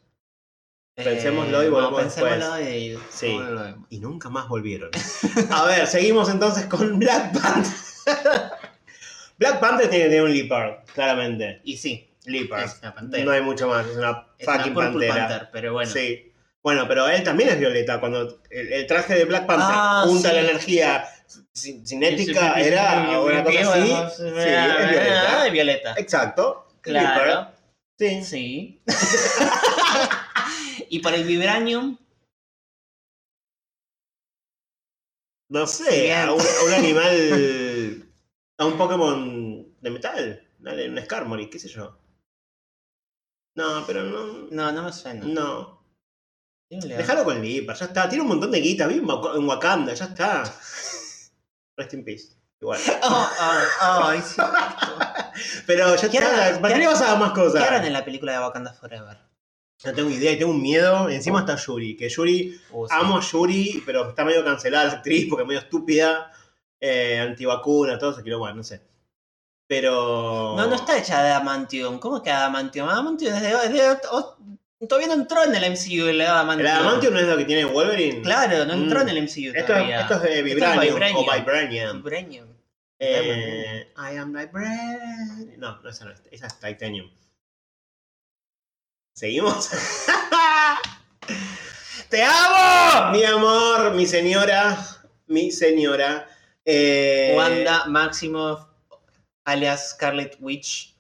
Pensémoslo y
no,
volvemos
Pensémoslo y
Sí.
luego volvemos.
Y nunca más volvieron. A ver, seguimos entonces con Black Panther. Black Panther tiene que tener un Leopard, claramente.
Y sí,
Leopard.
es una pantera.
No hay mucho más, es una
es una
fucking
Purple
pantera.
Panther, pero bueno.
Sí. Bueno, pero él también es violeta. Cuando el, el traje de Black Panther
Ah,
junta
sí.
la energía cin- cinética, era una cosa
Bueno,
así.
vamos,
Sí,
ah,
es violeta.
ah, Violeta.
Exacto. Clipper.
Claro.
Sí.
Sí. y para el Vibranium,
No
Bien.
sé, a un, a un animal. a un Pokémon de metal. Dale, un Skarmory, qué sé yo. No, pero no.
no, no me suena.
No.
Tiene un león.
Mm. Déjalo con Clipper, ya está. Tiene un montón de guita, vive en Wak- en Wakanda, ya está. Rest in peace. Igual.
Oh, oh, oh, ay, sí.
Pero ya
¿Qué
está.
harán-
¿Para
qué
qué le vas a dar más
¿Qué
cosas?
harán en la película de Wakanda Forever?
No tengo idea, y tengo un miedo. Encima está Yuri, que Yuri,
Uh, sí.
amo a Yuri, pero está medio cancelada la actriz porque es medio estúpida, eh, antivacuna, todo eso, que bueno, no sé. Pero.
No, no está hecha de Adamantium. ¿Cómo que Adamantium? Adamantium es de. es de ot- ot- todavía no entró en el MCU el Adamantium.
El adamantium no es lo que tiene Wolverine.
Claro, no entró
Mm.
en el MCU
Esto,
todavía.
esto es de Vibranium,
Vibranium.
o Vibranium.
Vibranium.
Eh, I am Vibranium. No, no, esa no es. Esa es Titanium. ¿Seguimos?
¡Te amo!
mi amor, mi señora, mi señora. eh,
Wanda Maximoff, alias Scarlet Witch.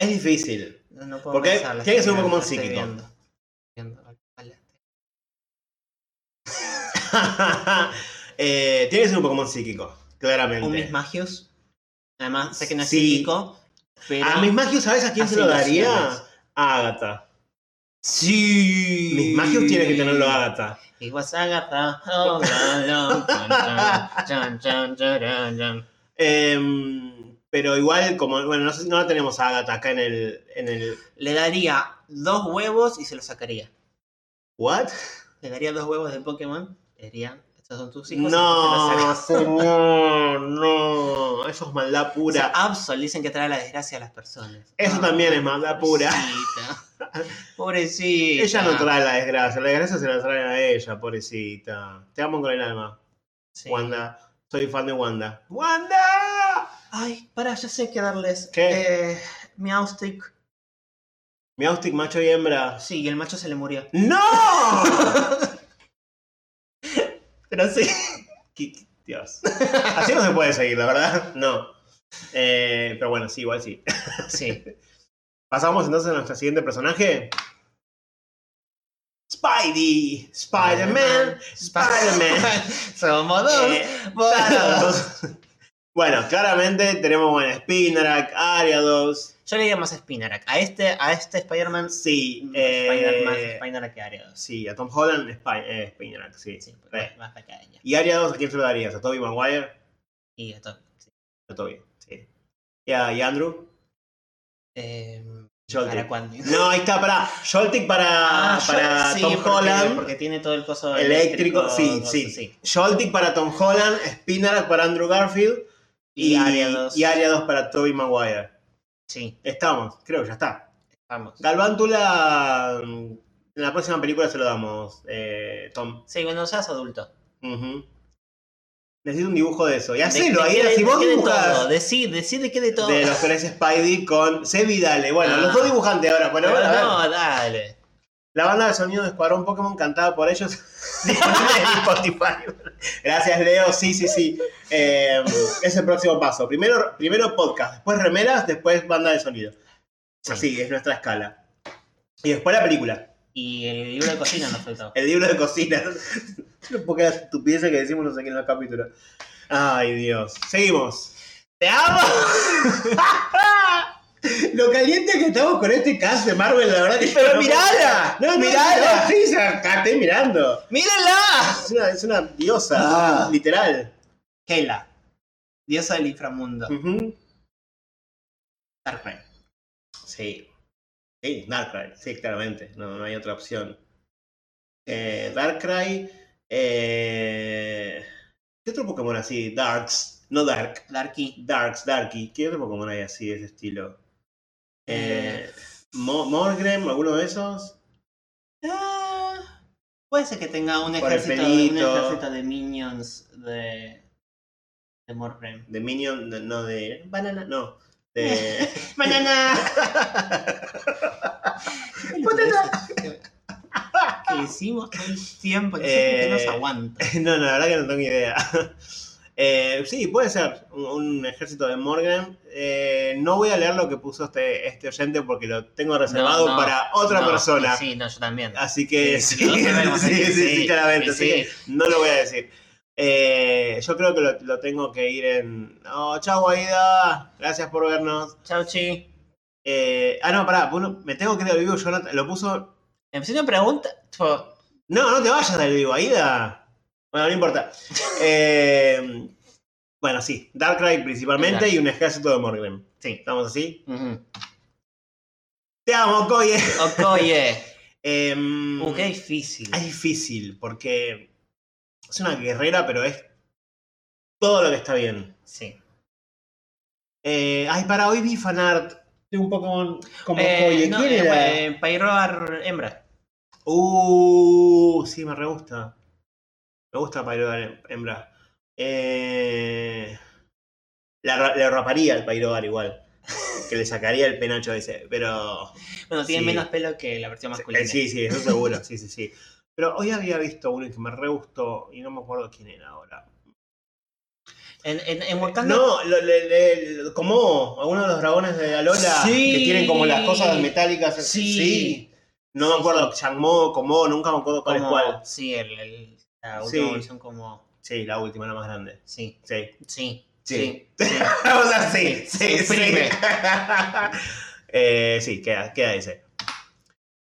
Es difícil.
No, no puedo
Porque
pensarla,
tiene que ser un
estoy
Pokémon
estoy
psíquico.
viendo. Viendo, vale.
Eh, tiene que ser un Pokémon psíquico, claramente.
Un Mismagius. Además, sé que no es
Sí. Ah,
psíquico. Pero
A Mismagius, ¿sabes a quién se
hace
lo daría?
ilusiones.
A Agatha.
Sí.
Mismagius tiene que tenerlo Agatha.
It was Agatha. all along. Chan, chan, chan, chan, chan.
Em, pero igual, como, bueno, no sé si no la tenemos a Agatha acá en el. En el
Le daría dos huevos y se los sacaría.
¿What?
Le daría dos huevos de Pokémon. Le diría, estos son tus hijos. y te los
No,
sacas".
señor, no. Eso es maldad
O sea,
pura.
Absol dicen que trae la desgracia a las personas.
Eso
Ah,
también es maldad pura.
pobrecita. Pobrecita.
Ella no trae la desgracia, la desgracia se la traen a ella, pobrecita. Te amo con el alma,
Sí.
Wanda. Soy fan de Wanda. ¡Wanda!
Ay, pará, ya sé qué darles.
¿Qué?
Eh, Meowstic.
Miaustic, macho y hembra.
Sí, y el macho se le murió.
¡No!
Pero sí.
Qué- qué- Dios. Así no se puede seguir, la verdad. No. Eh, pero bueno, sí, igual sí.
Sí.
Pasamos entonces a nuestro siguiente personaje. Spidey. Spider-Man. Spider-Man.
Somos dos.
Eh,
Bueno.
Thanos. Bueno, claramente tenemos bueno, Spinarak, Ariados.
Yo le diría más Spinarak. A este, a este Spider-Man,
Sí,
Mm, Spider- más
eh,
Spinarak que Ariados.
sí, a Tom Holland, Spi- eh, Spinarak, sí.
Sí, porque
Re.
más- más pequeña.
¿Y Ariados a quién se lo darías? ¿A Toby Maguire?
Y esto. sí.
A Toby, sí. ¿Y, a, y Andrew?
Eh,
Joltik.
¿Para cuándo?
No, ahí está, pará. Joltik para,
Ah, yo-
para
sí,
Tom
porque-
Holland.
Porque tiene todo el coso
Eléctrico, sí,
coso,
sí. Joltik para Tom Holland, Spinarak para Andrew Garfield
Y,
y,
Ariados.
y Ariados para Toby Maguire.
Sí,
Estamos, creo que ya está.
vamos.
Galván Tula, mm, en la próxima película se lo damos, eh, Tom.
Sí, cuando seas adulto.
Ujú. Necesito un dibujo de eso. Y hacelo,
De- de
ahí,
qué de-
si vos
de qué de todo,
dibujas
Decí, decí de qué de todo.
de los tres Spidey con Sebi Dale. Bueno,
Ah.
los dos dibujantes ahora, bueno,
Pero
bueno, a ver.
Ah, no, dale.
La banda de sonido de Escuadrón Pokémon cantada por ellos. disponible en Spotify. Gracias, Leo. Sí, sí, sí. Eh, es el próximo paso. Primero, primero podcast, después remeras, después banda de sonido.
Sí.
Así, es nuestra escala. Y después la película.
Y el libro de cocina nos faltó.
El libro de cocina. Una poca estupidez que decimos no sé qué en los capítulos. Ay, Dios. Seguimos.
¡Te amo!
Lo caliente que estamos con este cast de Marvel, la verdad que.
Pero
no-
mirala,
No, no,
mirala.
no, sí, ya estoy mirando.
¡Mírenla!
Es una, es una diosa,
Ah.
literal.
Kela, diosa del inframundo.
Ujú.
Darkrai.
Sí. Sí, Darkrai, sí, claramente. No, no hay otra opción. Eh, Darkrai. eh, ¿Qué otro Pokémon así? Darks. No Dark.
Darky.
Darks, Darky. ¿Qué otro Pokémon hay así de ese estilo? Eh,
Eh,
Mo- Morgrem, alguno de esos.
ah, puede ser que tenga un
Por el
ejército, un
pelito.
ejército de minions de, de Morprem.
De Minion, de- no de. Banana, no. De.
¡Mañana! que hicimos todo el tiempo, que
Eh,
nos aguanta.
No, no, la verdad que no tengo idea. Eh, sí, puede ser un, un ejército de Morgan. Eh, no voy a leer lo que puso este, este oyente porque lo tengo reservado
No, no,
para otra
No,
persona. Ah.
y Sí, no, yo también.
Así que sí,
Sí,
sí,
nosotros sabemos
sí,
que
sí,
sí,
claramente.
que
así que no lo voy a decir. Eh, yo creo que lo, lo tengo que ir en. Oh, chao, Aida. Gracias por vernos.
Chau, Chi.
Eh, ah, no, pará. vos no- Me tengo que ir al vivo, Jonathan. Lo puso.
Empecé una pregunta. tipo,
No, no te vayas del vivo, Aida. Bueno, no importa. Eh, bueno, sí, Darkrai principalmente
Dark.
y un ejército de Morgan. Sí, estamos así.
ujú.
Te amo, Koye.
Okoye.
Eh,
Uh, qué difícil.
Es difícil porque es una guerrera, pero es todo lo que está bien.
Sí.
Eh, ay, para hoy vi fanart de un Pokémon como
Eh,
Koye.
no,
¿Quién
eh,
era?
eh, Pyroar hembra.
Uh, sí, me re gusta. Me gusta Pyrogar hembra. Eh, la, ra- le raparía al Pyrogar igual. Que le sacaría el penacho ese. Pero.
Bueno, tiene
Sí.
menos pelo que la versión masculina.
eh, sí, sí, eso seguro. Sí, sí, sí. Pero hoy había visto uno que me re gustó y no me acuerdo quién era ahora.
En, en, en Wakanda.
Eh, No, lo- le- le- lo- como alguno de los dragones de Alola
Sí.
que tienen como las cosas metálicas. eh,
Sí.
No me
Sí,
acuerdo, Shangmo, como, nunca me acuerdo cuál
como-
es cuál.
Sí, el, el- la
Sí.
última evolución como.
Sí, la última, la más grande.
Sí,
Sí.
sí.
Sí.
Sí. sí.
O sea, sí,
Sí,
sí, sí.
suprime.
Eh, sí, queda, queda ese.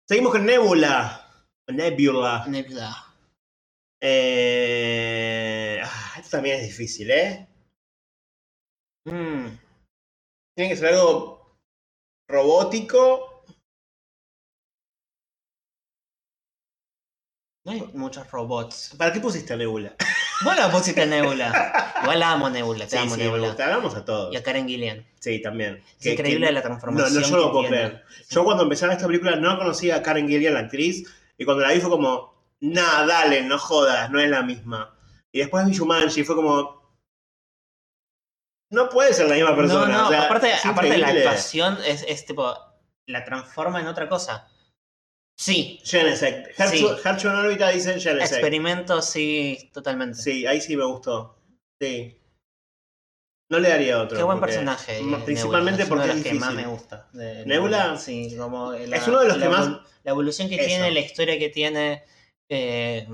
Seguimos con Nebula. Nebula.
Nebula.
Eh, ah, esto también es difícil, ¿eh? Hmm.
Mm.
Tiene que ser algo robótico.
No hay muchos robots.
¿Para qué pusiste a Nebula?
Vos la pusiste a Nebula. Igual la amo a Nebula, te
Sí,
amo
sí, me
Nebula.
gusta. Hablamos a todos.
Y a Karen Gillian.
Sí, también.
Es
Que-
increíble
que-
la transformación.
No, no, yo no
que
lo puedo
tiene.
creer. Yo cuando empezaba esta película no conocía a Karen Gillian, la actriz, y cuando la vi fue como, nah, dale, no jodas, no es la misma. Y después vi Shumanji, fue como, no puede ser la misma persona.
No, no,
o sea,
aparte,
es
aparte la
increíble.
actuación es, es tipo. La transforma en otra cosa. Sí,
Genesec. Herschel en órbita dicen Genesec.
experimento, sí, totalmente.
Sí, ahí sí me gustó. Sí. No le daría otro.
Qué buen
porque
personaje. eh,
ma- principalmente
Nebula. es uno de
porque
los
es
que más
difícil.
me gusta. de
¿Nebula?
Sí, como la,
Es uno de los
la
que más-
evol- La evolución que
Eso.
tiene, la historia que tiene, eh,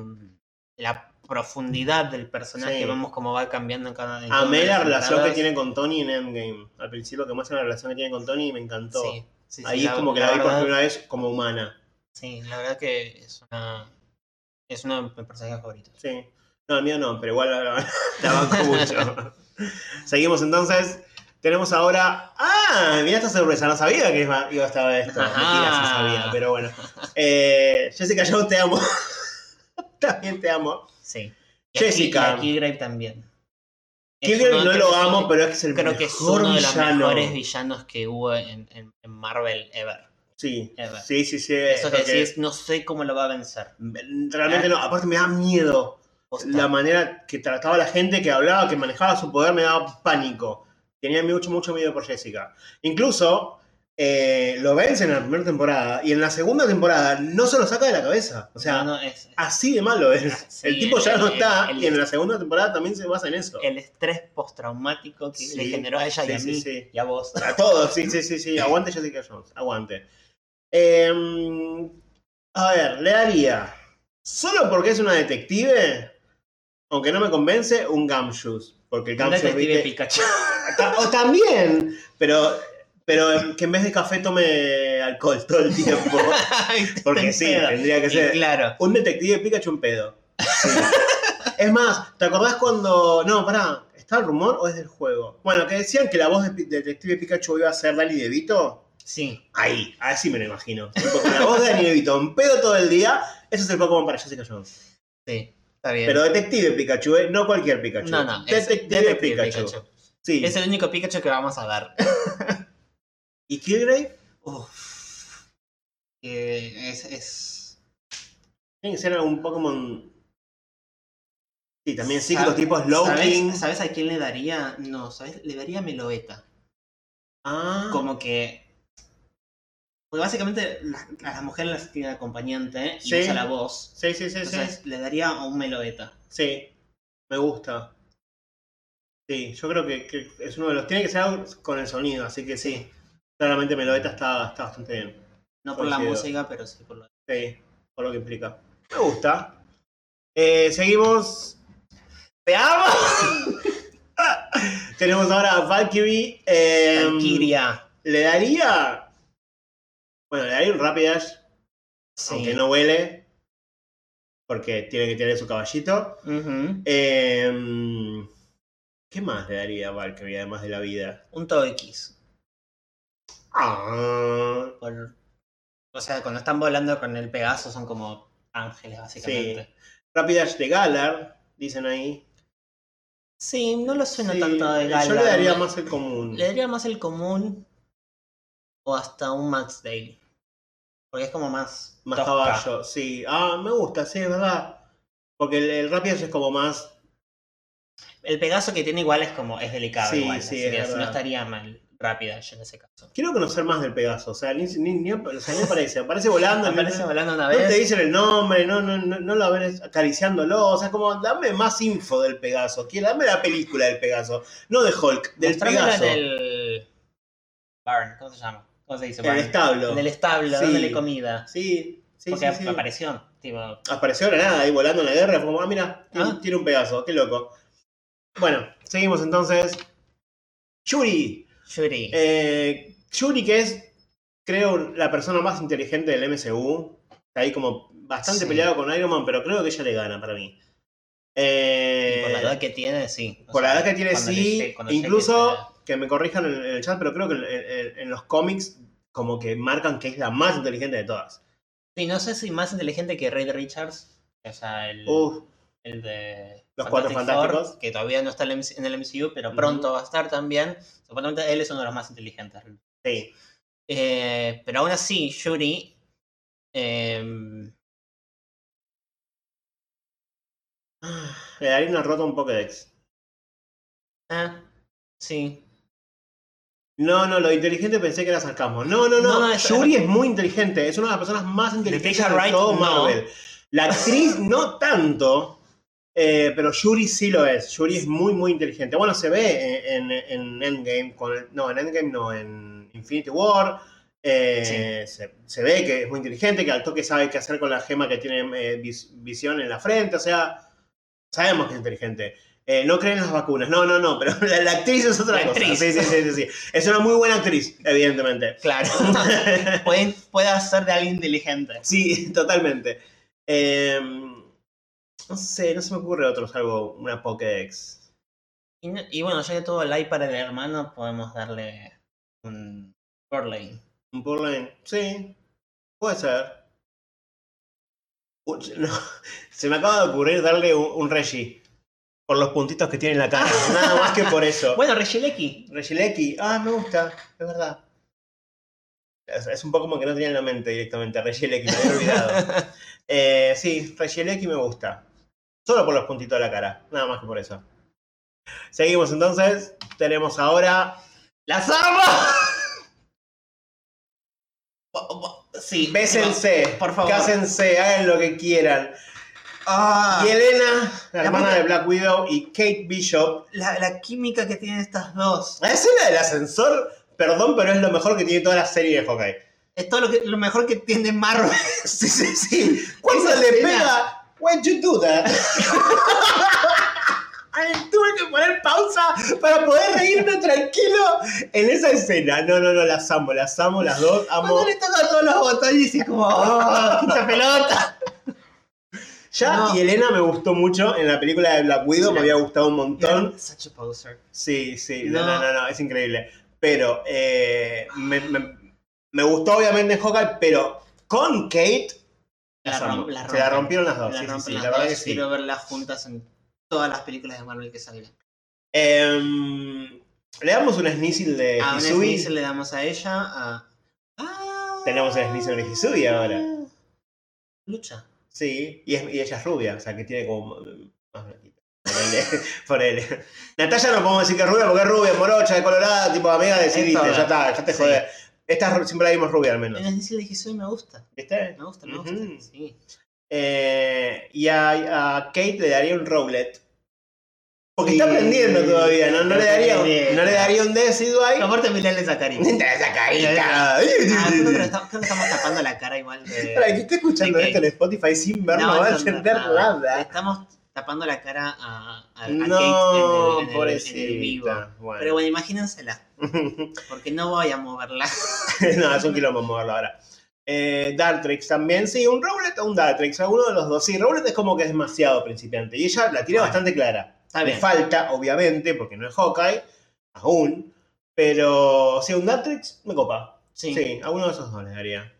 la profundidad del personaje,
Sí.
vemos cómo va cambiando en cada. en cada una
Amé
de
la
las
relación que
temporadas.
tiene con Tony en Endgame. Al principio que muestra la relación que tiene con Tony y me encantó.
Sí, sí, sí,
Ahí es como que la, vi por
verdad-
primera vez como humana.
Sí, la verdad que es una. Es uno de mis personajes favoritos.
Sí. No, el mío no, pero igual la, la- la banco mucho. Seguimos entonces. Tenemos ahora. ¡Ah! Mirá esta sorpresa. No sabía que iba, iba a estar esto.
Ajá.
Mentira, sí sabía, pero bueno. Eh, Jessica, yo te amo. También te amo.
Sí. Y a
Jessica.
Key- y a Keygrave también. Es
Kilgrave
uno-
no
creo
lo
que es-
amo, pero es que es el
Creo
mejor
que es uno de los
villano.
mejores villanos que hubo en, en- en Marvel ever.
Sí.
ever.
Sí, sí, sí.
Eso que
porque
decís, no sé cómo lo va a vencer.
Realmente no. Aparte me da miedo.
Posta.
la manera que trataba a la gente, que hablaba, que manejaba su poder, me daba pánico. Tenía mucho, mucho miedo por Jessica. Incluso eh, lo vencen en la primera temporada y en la segunda temporada no se lo saca de la cabeza. O sea, ah,
No, no, es-
así de malo es.
Sí,
el tipo ya
el-
no está
el-
y en la segunda temporada también se basa en eso.
el estrés postraumático que le
Sí,
generó a ella y
sí,
a
sí,
mí
sí.
y a vos.
A todos, sí, sí, sí, sí. Aguante Jessica Jones, aguante. Em, a ver, le daría, solo porque es una detective, aunque no me convence, un Gumshoes. Porque el
Un
Gumshoes,
detective
viste,
Pikachu.
Ta- Ah, O también, pero, pero que en vez de café tome alcohol todo el tiempo. Porque sí,
Pedo.
tendría que
Y
ser.
claro.
Un detective Pikachu un pedo. Sí. Es más, ¿te acordás cuando.? No, pará, ¿está el rumor o es del juego? Bueno, que decían que la voz de Pi- detective Pikachu iba a ser Dani DeVito.
Sí.
Ahí, así me lo imagino. Tipo, con la voz de Dani DeVito, un pedo todo el día. Eso es el Pokémon para Jessica Jones.
Sí. Está bien.
Pero detective Pikachu, ¿eh? no cualquier Pikachu.
no, no. es
Detective, Pikachu. Sí.
Es el único Pikachu que vamos a dar.
¿Y Kilgrave?
Uf. Eh, es, es.
Tiene que ser algún Pokémon. Sí, también sí, que
Sab-
los tipos Lowking.
¿Sabes, ¿Sabes a quién le daría? No, ¿sabes? Le daría a Meloeta.
Ah,
Como que. Porque básicamente las- a las mujeres las tiene acompañante ¿eh? y
Sí.
usa la voz.
Sí, sí, sí, sí.
Entonces le daría a un Meloeta.
Sí, me gusta. Sí, yo creo que, que es uno de los. Tiene que ser algo con el sonido, así que sí. Claramente Meloeta está, está bastante bien.
No por la
Coincido.
música, pero sí por lo
Sí, por lo que implica. Me gusta. Eh, seguimos.
¡Te amo!
Tenemos ahora a Valkyrie. eh,
Em, Valkyria.
Le daría. Bueno, le daría un Rapidash.
Sí.
aunque no huele, porque tiene que tener su caballito.
Ujú.
Em, ¿Qué más le daría a Valkyrie además de la vida?
Un Togekiss.
Ah,
por- O sea, cuando están volando con el Pegaso son como ángeles, básicamente.
Rapidash de Galar, dicen ahí.
Sí, no lo suena
Sí,
tanto de Galar.
Yo le daría más el común.
Le daría más el común o hasta un Max Dale. Porque es como más.
Más
tosca.
caballo, sí. Ah, me gusta, sí, es verdad. Porque el, el Rapidash es como más.
El Pegaso que tiene igual es como. Es delicado
Sí,
igual.
sí,
así
es
que
verdad.
no estaría mal rápida yo en ese caso.
Quiero conocer más del Pegaso. O sea, ni, ni, ni- o sea, ni aparece. Aparece volando. ni-
Aparece volando una
No te
vez.
dicen el nombre, no, no, no, no lo ves acariciándolo. O sea, como dame más info del Pegaso. que Dame la película del Pegaso. No de Hulk, del
Mostrámela
Pegaso.
en el. Barn, ¿cómo se llama? ¿Cómo se dice?
En el
Barn?
establo.
Del establo,
Sí.
dándole comida.
Sí, sí,
Porque
sí, sí.
apareció. Tipo,
Apareció de la nada ahí volando en la guerra. Fue como, ah, mira, tiene-
Ah.
tiene un Pegaso, qué loco. Bueno, seguimos entonces. Yuri.
Yuri.
Eh, Yuri, que es, creo, la persona más inteligente del MCU. Está ahí como bastante
Sí.
peleado con Iron Man, pero creo que ella le gana para mí. Eh,
por la edad que tiene, sí. O
Por la
sea,
edad que tiene,
cuando
sí.
llegue- cuando
Incluso,
llegue
que me corrijan en, en el chat, pero creo que en, en- en los cómics como que marcan que es la más inteligente de todas.
será- Sí, no sé si más inteligente que Reed Richards. O sea, el,
Uf,
el de.
Los Cuatro
Four,
Fantásticos.
que todavía no está en el MC en el MCU, pero
Ujú.
pronto va a estar también. Supuestamente él es uno de los más inteligentes.
sí.
Eh, pero aún así, Yuri. em,
Le daría una rota a un Pokédex.
ah, sí.
No, no, lo inteligente pensé que era sarcasmo. No, no, no.
No, no, es-
Yuri es muy inteligente. Es una de las personas más inteligentes
Leticia
de
Wright,
todo
no.
Marvel. La actriz no tanto, eh, pero Yuri sí lo es. Yuri es muy, muy inteligente. Bueno, se ve en, en- en Endgame. Con el- no, en Endgame no, en Infinity War. eh, se, se ve que es muy inteligente, que al toque sabe qué hacer con la gema que tiene eh, vis- visión en la frente. O sea, Sabemos que es inteligente. Eh, no creen las vacunas. No, no, no, pero la, la actriz es otra
La
cosa.
actriz.
Sí, sí, sí, sí, sí. Es una muy buena actriz, evidentemente.
Claro. Pueden- puede hacer de alguien inteligente.
Sí, totalmente. Eh, no sé, no se me ocurre otro, salvo una Pokédex.
Y, no- y bueno, ya que todo el like para el hermano, podemos darle un Burlane.
Un Portland. Sí, puede ser. Uy, no, se me acaba de ocurrir darle un, un Reggie. Por los puntitos que tiene en la cara. Nada más que por eso.
Bueno, Regileki.
Regileki, ah, me gusta, es verdad. Es, es un Pokémon que no tenía en la mente directamente, Regileki, me había olvidado. Eh, sí, Regileki me gusta. Solo por los puntitos de la cara, nada más que por eso. Seguimos entonces, tenemos ahora
¡Las armas! Bo- bo- sí.
Bésense,
por favor.
cásense, hagan lo que quieran.
Ah,
Y Elena, la
La
hermana
puta-
de Black Widow, y Kate Bishop.
la, la química que tienen estas dos.
La escena del ascensor, perdón, pero es lo mejor que tiene toda la serie de Hawkeye.
Es todo lo, que, lo mejor que tiene Marvel.
Sí, sí, sí. Cuando
Esa
le
escena.
pega, when you do that. Ay, tuve que poner pausa para poder reírme tranquilo en esa escena. No, no, no, las amo, las amo, las dos. Amo.
Cuando le toca todos los botones y es como, ¡ah! ¡Quita pelota!
Ya
No.
y Elena me gustó mucho en la película de Black Widow, me había gustado un montón.
Such a poser.
Sí, sí, no, no,
No.
no, no, es increíble. Pero eh, me, me- me gustó obviamente en Hawkeye, pero con Kate
La
las amo.
rom- la
se la
rompen.
rompieron las dos.
La
sí, sí,
rompen
sí,
las
la verdad
dos.
que sí.
Quiero verlas juntas en todas las películas de Marvel que salgan.
Em, le damos un Sneasel de
A un
Hisui.
Sneasel le damos a ella. A... ¡Ah!
Tenemos un Sneasel de Hisui ahora.
Lucha.
Sí, y, es- y ella es rubia, o sea que tiene como mm, más blanquita. Ponele, Ponele. Natalia no podemos decir que es rubia porque es rubia, morocha, de colorada, tipo amiga, decidiste,
toda.
ya está, ya te
Sí.
jodé. Esta es ru- siempre la vimos rubia al
El
menos.
Sneasel de Hisui me gusta.
¿Viste?
Me gusta, me gusta.
Ujú.
Sí.
Eh, y a, a Kate le daría un Rowlet. Porque
Sí.
está aprendiendo todavía, ¿no? No le daría un, no le daría un Decidueye.
Pero aparte, mirá le sacaría.
Te esa
Ah,
carita.
creo, que lo estamos- creo que estamos tapando la cara igual de.
Para el que esté escuchando
Ok.
esto en Spotify sin verlo, no, va a
eso no-
entender
nada. Le
nada.
Estamos tapando la cara a, a, a Kate
No,
en el- en el, en el, vivo.
pobrecita. Bueno.
Pero bueno, imagínensela, porque no voy a moverla.
no, es un quilombo moverlo ahora. Eh, Dartrix también, sí, un Rowlet o un Dartrix, alguno de los dos. Sí, Rowlet es como que es demasiado principiante y ella la tiene
Bueno.
bastante clara.
Está
Le
bien.
falta, obviamente, porque no es Hawkeye, aún. Pero sí, un Dartrix me copa. Sí,
Sí.
a uno de esos dos le daría.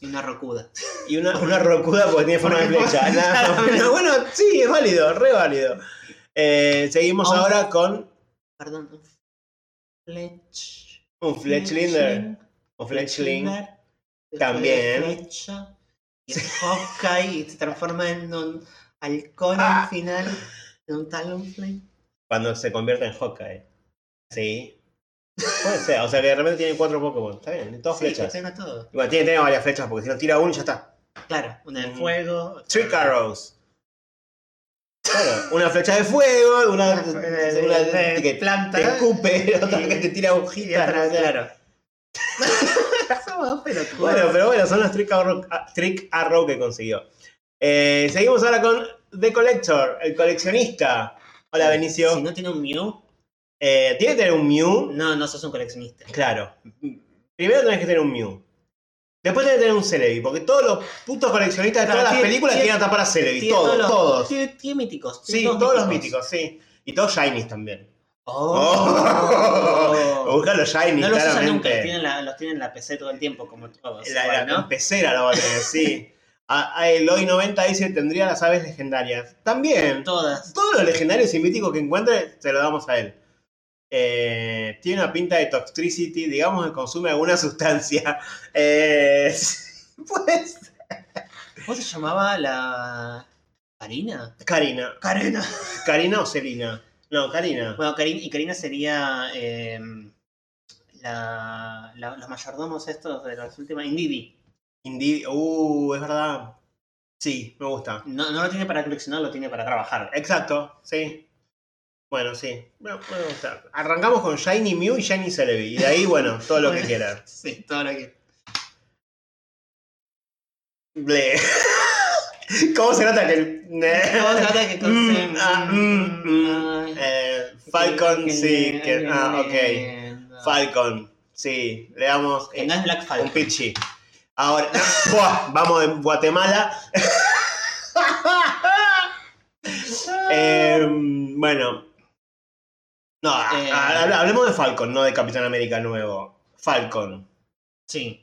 Y una rocuda.
Y una, una rocuda porque tiene forma de
Porque-
flecha. nada más.
Claramente.
Pero bueno, sí, es válido, re válido. Eh, seguimos
Vamos.
ahora con
Perdón. un Fletch.
un Fletchlinder. Un Fletchling.
Fletchlinder. Después de
También.
Fletcha. Y es Hawkeye y se transforma en un halcón
Ah.
al final. En un Talonflame.
Cuando se convierte en Hawkeye. Sí. Puede ser, o sea que de repente tiene cuatro Pokémon. Está bien, todas
Sí,
flechas.
tenga todo.
Bueno, tiene, tiene varias flechas porque si no tira uno ya está.
Claro, una de
Mm.
fuego. otra-
Trick Arrows. Claro, una flecha de fuego, una,
Una
una
de- de
que
planta.
te escupe, otra
Y-
que te tira un
Y
gil.
atrás, claro. Somos dos pelotudos.
Bueno, pero bueno, son los trick arrow, a- trick arrow que consiguió. Eh, seguimos ahora con The Collector, el coleccionista. Hola, Benicio.
Si no tiene un Mew,
Eh, tiene que tener un Mew.
no, no sos un coleccionista.
Claro. Primero tenés que tener un Mew. Después tenés que tener un Celebi, porque todos los putos coleccionistas de
Claro,
todas las
tiene-
películas
tiene-
quieren tapar a Celebi.
Tiene
Todos,
los-
todos.
Tiene, tiene míticos. tiene
Sí, todos, los míticos, sí. Y todos shinies también.
Oh.
Busca los shinies,
No los usa nunca, los
claramente.
tienen, la, los tienen en la PC todo el tiempo, como todos.
La, la
igual, ¿no?
pecera lo va a tener, sí. A, a Eloy 90 dice tendría las aves legendarias. También.
Todas.
Todos los legendarios y míticos que encuentre, se lo damos a él. Eh, tiene una pinta de toxicity, digamos que consume alguna sustancia. Eh, pues.
¿Cómo se llamaba la. Karina?
Karina.
Karina.
Karina o Selina. No, Karina.
Bueno, Karina, y Karina sería. eh, la, la- los mayordomos estos de las últimas. Indidi.
Indi- uh, es verdad. Sí, me gusta.
No, no lo tiene para coleccionar, lo tiene para trabajar.
Exacto, sí. Bueno, sí. Bueno, bueno, o sea, arrancamos con Shiny Mew y Shiny Celebi. Y de ahí, bueno, todo lo que quieran.
Sí, todo lo que.
Ble. ¿Cómo se nota que el.
¿Cómo se nota que consume?
Mm, ah, mm, mm.
Ay.
Eh, Falcon,
Que-
sí. que- ah, ok.
que- no.
Falcon, sí. Le damos eh,
Que no es Black Falcon.
un pichi. Ahora, ¡buah! vamos de Guatemala.
Ah.
Eh, bueno. No, a-
Eh.
a- hable- hablemos de Falcon, no de Capitán América nuevo. Falcon.
sí.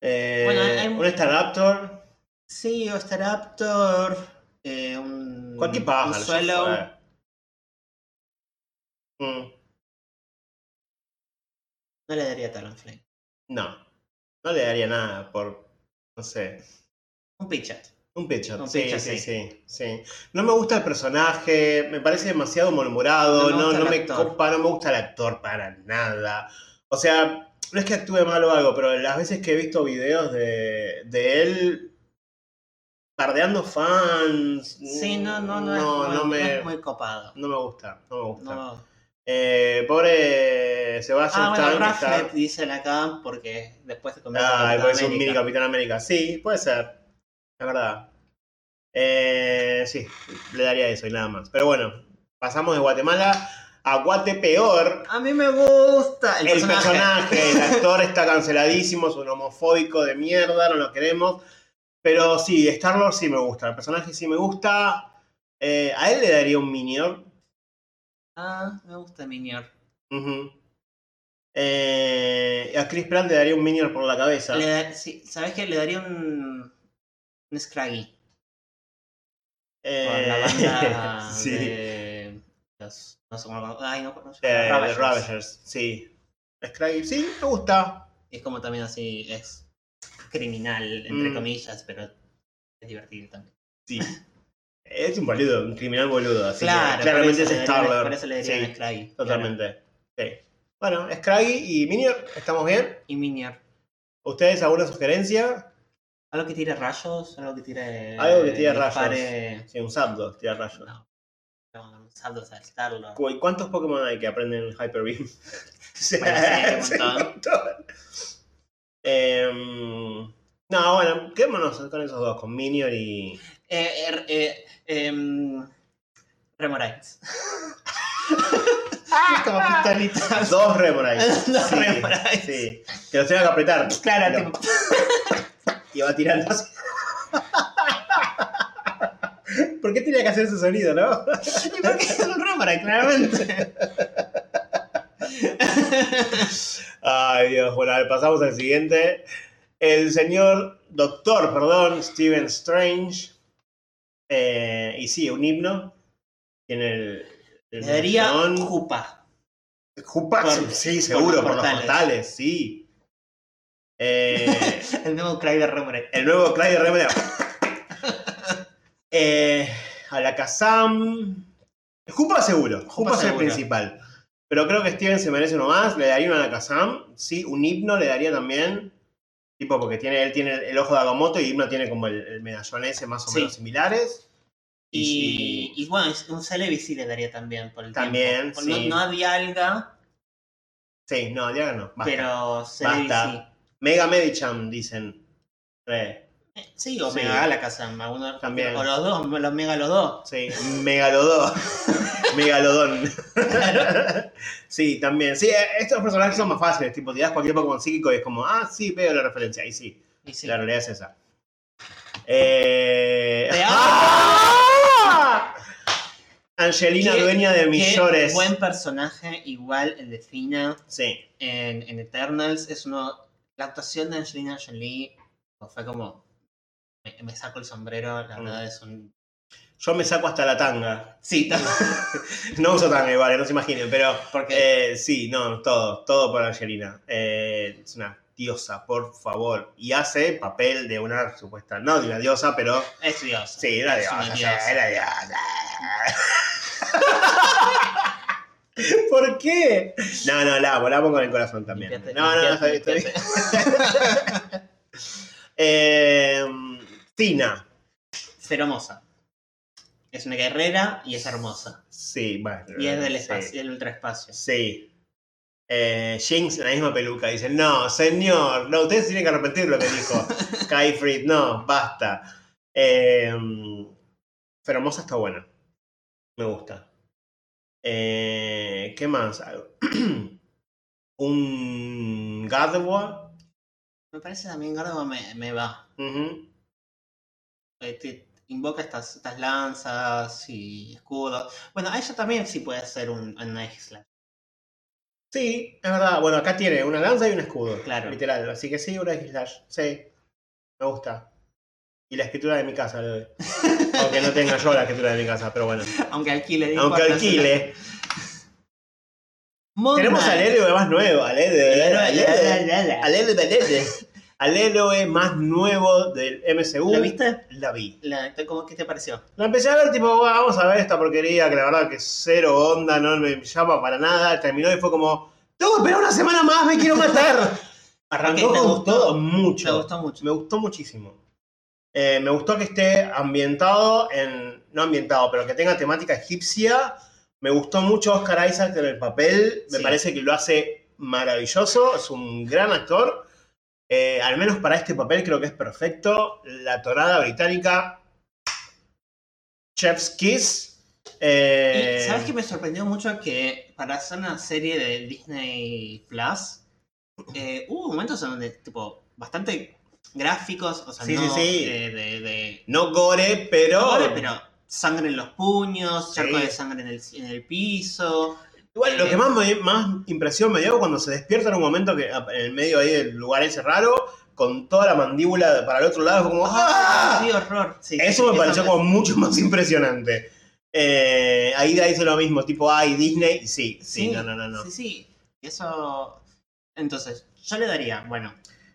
Eh,
Bueno, hay-
un Star Raptor.
Sí, o Staraptor. Eh, un.
Cualquier pájaro.
Un
ya
Swallow.
fue. eh. Mm,
No le daría Talonflame.
no. No le daría nada por. No sé.
Un Pichat.
Un Pichat,
Un
sí,
Pichat,
sí,
sí.
sí, sí. No me gusta el personaje, me parece demasiado
No me
malhumorado, no,
gusta
no
el
me
actor.
copa, no me gusta el actor para nada. O sea, no es que actúe mal o algo, pero las veces que he visto videos de, de él bardeando fans.
Sí, no, no, no, es,
No,
muy,
no me,
no es muy copado.
no me gusta, no me gusta.
No.
Eh, pobre Sebastian
Ah, bueno,
Stan está-
Rafflet dicen acá porque después se convierte
Ah,
en
porque es
Capitán
un mini
América.
Capitán América. Sí, puede ser. Es verdad. Eh, sí, le daría eso y nada más. Pero bueno, pasamos de Guatemala a Guatepeor.
A mí me gusta
El, personaje. el actor está canceladísimo, es un homofóbico de mierda, no lo queremos. Pero sí, Star-Lord sí me gusta, el personaje sí me gusta. Eh, a él le daría un Minion.
Ah, me gusta Minior.
Ujú. Eh, a Chris Pratt le daría un Minion por la cabeza.
Le da- sí, ¿Sabes qué? Le daría un. Un Scraggy. Con la
Eh,
banda
sí.
de. Los, no sé cómo lo Ay, no, no sé.
Eh,
Ravagers.
Ravagers. Ravagers, sí. Scraggy, sí, me gusta.
Es como también así, es criminal, entre
Mm.
comillas, pero es divertido también.
Sí. Es un boludo, un criminal boludo. Así que
por
claramente es
eso le daría-
Star-Lord.
Por eso le diría
Sí,
un Scraggy. claro.
totalmente. Sí. Bueno, Scraggy y Minior, ¿estamos bien?
Y Minior.
¿Ustedes alguna sugerencia?
Algo que tire rayos, algo que tire. eh,
Algo que tire
dispare-
Sí, un Zapdos, tira rayos.
No. No, un saldo al Star-Lord.
Cu- ¿Y cuántos Pokémon hay que aprenden Hyper Beam? O sea,
Bueno, sí, hay un
es un
montón.
montón. Em, no, bueno, quedémonos con esos dos, con Minior y.
Eh, eh, eh, em, Remoraes.
¡Ah! Como pistolita. Dos Remoraid.
Dos
sí,
Remoraes.
Sí. Que los tenga que apretar.
Claro,
Pero-
tipo,
Y va tirando así. ¿Por qué tenía que hacer ese sonido, no?
¿y por qué es un Remoraes? Claramente.
Ay, Dios. Bueno, a ver, pasamos al siguiente. El señor doctor, perdón, Stephen Strange. Eh, y sí, un himno. Tiene el. el
Le daría
mención.
Jupa.
Jupa-
por-
sí, seguro, por, los
portales.
portales, sí. Eh,
El nuevo Clyde de Remoraes.
El nuevo Clyde Remedy. eh, a la Kazam. Jupa seguro. Jupa es el
seguro.
principal. Pero creo que Steven se merece uno más. Le daría una a la Kazam. Sí, un himno le daría también. Tipo, porque tiene, él tiene el ojo de Agamotto y himno tiene como el, el medallón ese más o
Sí.
menos similares.
Y, y bueno, es- un Celebi sí le daría también por el
También,
tiempo. No-
sí.
No, había alga,
Sí, no, Diaga no. basta.
pero Celebi
Basta. Mega Medicham, dicen. Re,
sí. Eh, Sí, o
Sí.
Mega Alakazam, alguno-
También.
O los dos, los Mega los dos.
Sí, Megalodón. Megalodón. sí, también. Sí, eh, estos personajes son más fáciles. Tipo, tirás cualquier Pokémon psíquico y es como, ah, sí, veo la referencia. Y sí,
Y sí.
la realidad es esa. Eh...
Te amo.
¡Ah! Angelina,
Qué-
dueña de mis
Qué
llores.
Buen personaje, igual el de Fina
Sí,
en, en Eternals. Es uno. La actuación de Angelina Jolie fue como. Me, me saco el sombrero, la
Mm.
verdad es un.
yo me saco hasta la tanga.
Sí,
No uso tanga igual, eh, no se imaginen, pero
porque.
Eh, sí, no, todo, todo por Angelina. Eh, es una diosa, por favor. Y hace papel de una supuesta, no de una diosa, pero
es diosa.
sí, era
Es
diosa,
una
sí,
diosa.
era diosa. ¿Por qué? No, no, la amo, la amo con el corazón también.
Limpiate,
no, no, no, está
limpiate,
bien, está bien. Eh, Tina,
Es hermosa. Es una guerrera y es hermosa.
sí, bueno.
Y es del
sí.
espacio, del ultraespacio.
Sí. eh, Jinx en la misma peluca. Dicen, no, señor, no, ustedes tienen que arrepentir lo que dijo Skyfried, no, basta. Eh, Fermosa está buena. Me gusta. Eh, ¿Qué más? Un God of War.
Me parece también Garbo me, me va.
Ujú.
Eh, te invoca estas, estas lanzas y escudos. Bueno, a ella también sí puede ser un, un Knife Slash.
Sí, es verdad. Bueno, acá tiene una lanza y un escudo.
Claro.
Literal. Así que sí, una Slash. Sí. Me gusta. Y la escritura de mi casa le doy. Aunque no tenga yo la escritura de mi casa, pero bueno.
Aunque alquile. no
Aunque
importa.
alquile.
Moon
Tenemos al
Knight.
héroe más nuevo. Al héroe.
La,
Al
la,
héroe.
la, la.
Al héroe. Al héroe. Al héroe más nuevo del MCU.
¿La viste?
La vi.
La- ¿Cómo que te pareció?
La empecé a ver tipo, "Bueno, vamos a ver esta porquería, que la verdad que cero onda, no me llama para nada. Terminó y fue como, tengo que esperar una semana más, me quiero matar. Arrancó
Ok, ¿te
con
gustó?
todo
Me
mucho.
gustó mucho.
Me gustó muchísimo. Eh, me gustó que esté ambientado en. No ambientado, pero que tenga temática egipcia. Me gustó mucho Oscar Isaac en el papel. Me
Sí.
parece que lo hace maravilloso. Es un gran actor. Eh, al menos para este papel creo que es perfecto. La tonada británica. Chef's Kiss. Eh,
Y, ¿Sabes qué me sorprendió mucho? Que para hacer una serie de Disney Plus, eh, hubo momentos en donde, tipo, bastante gráficos, o sea,
Sí,
no
sí, sí.
De, de- de-
No gore, pero.
gore, pero sangre en los puños,
Sí.
charco de sangre en el, en el piso.
Igual, lo que más, me- más impresión me dio cuando se despierta en un momento que en el medio ahí del lugar ese raro, con toda la mandíbula para el otro lado, fue como
¡Ah!
¡Ah!
Sí, horror. Sí, sí,
Eso
sí,
me pareció
me-
como mucho más impresionante. Eh, ahí de ahí hizo lo mismo, tipo, ay, Disney, sí, sí, no, no, no. no.
Sí, sí. Eso. Entonces, yo le daría, bueno,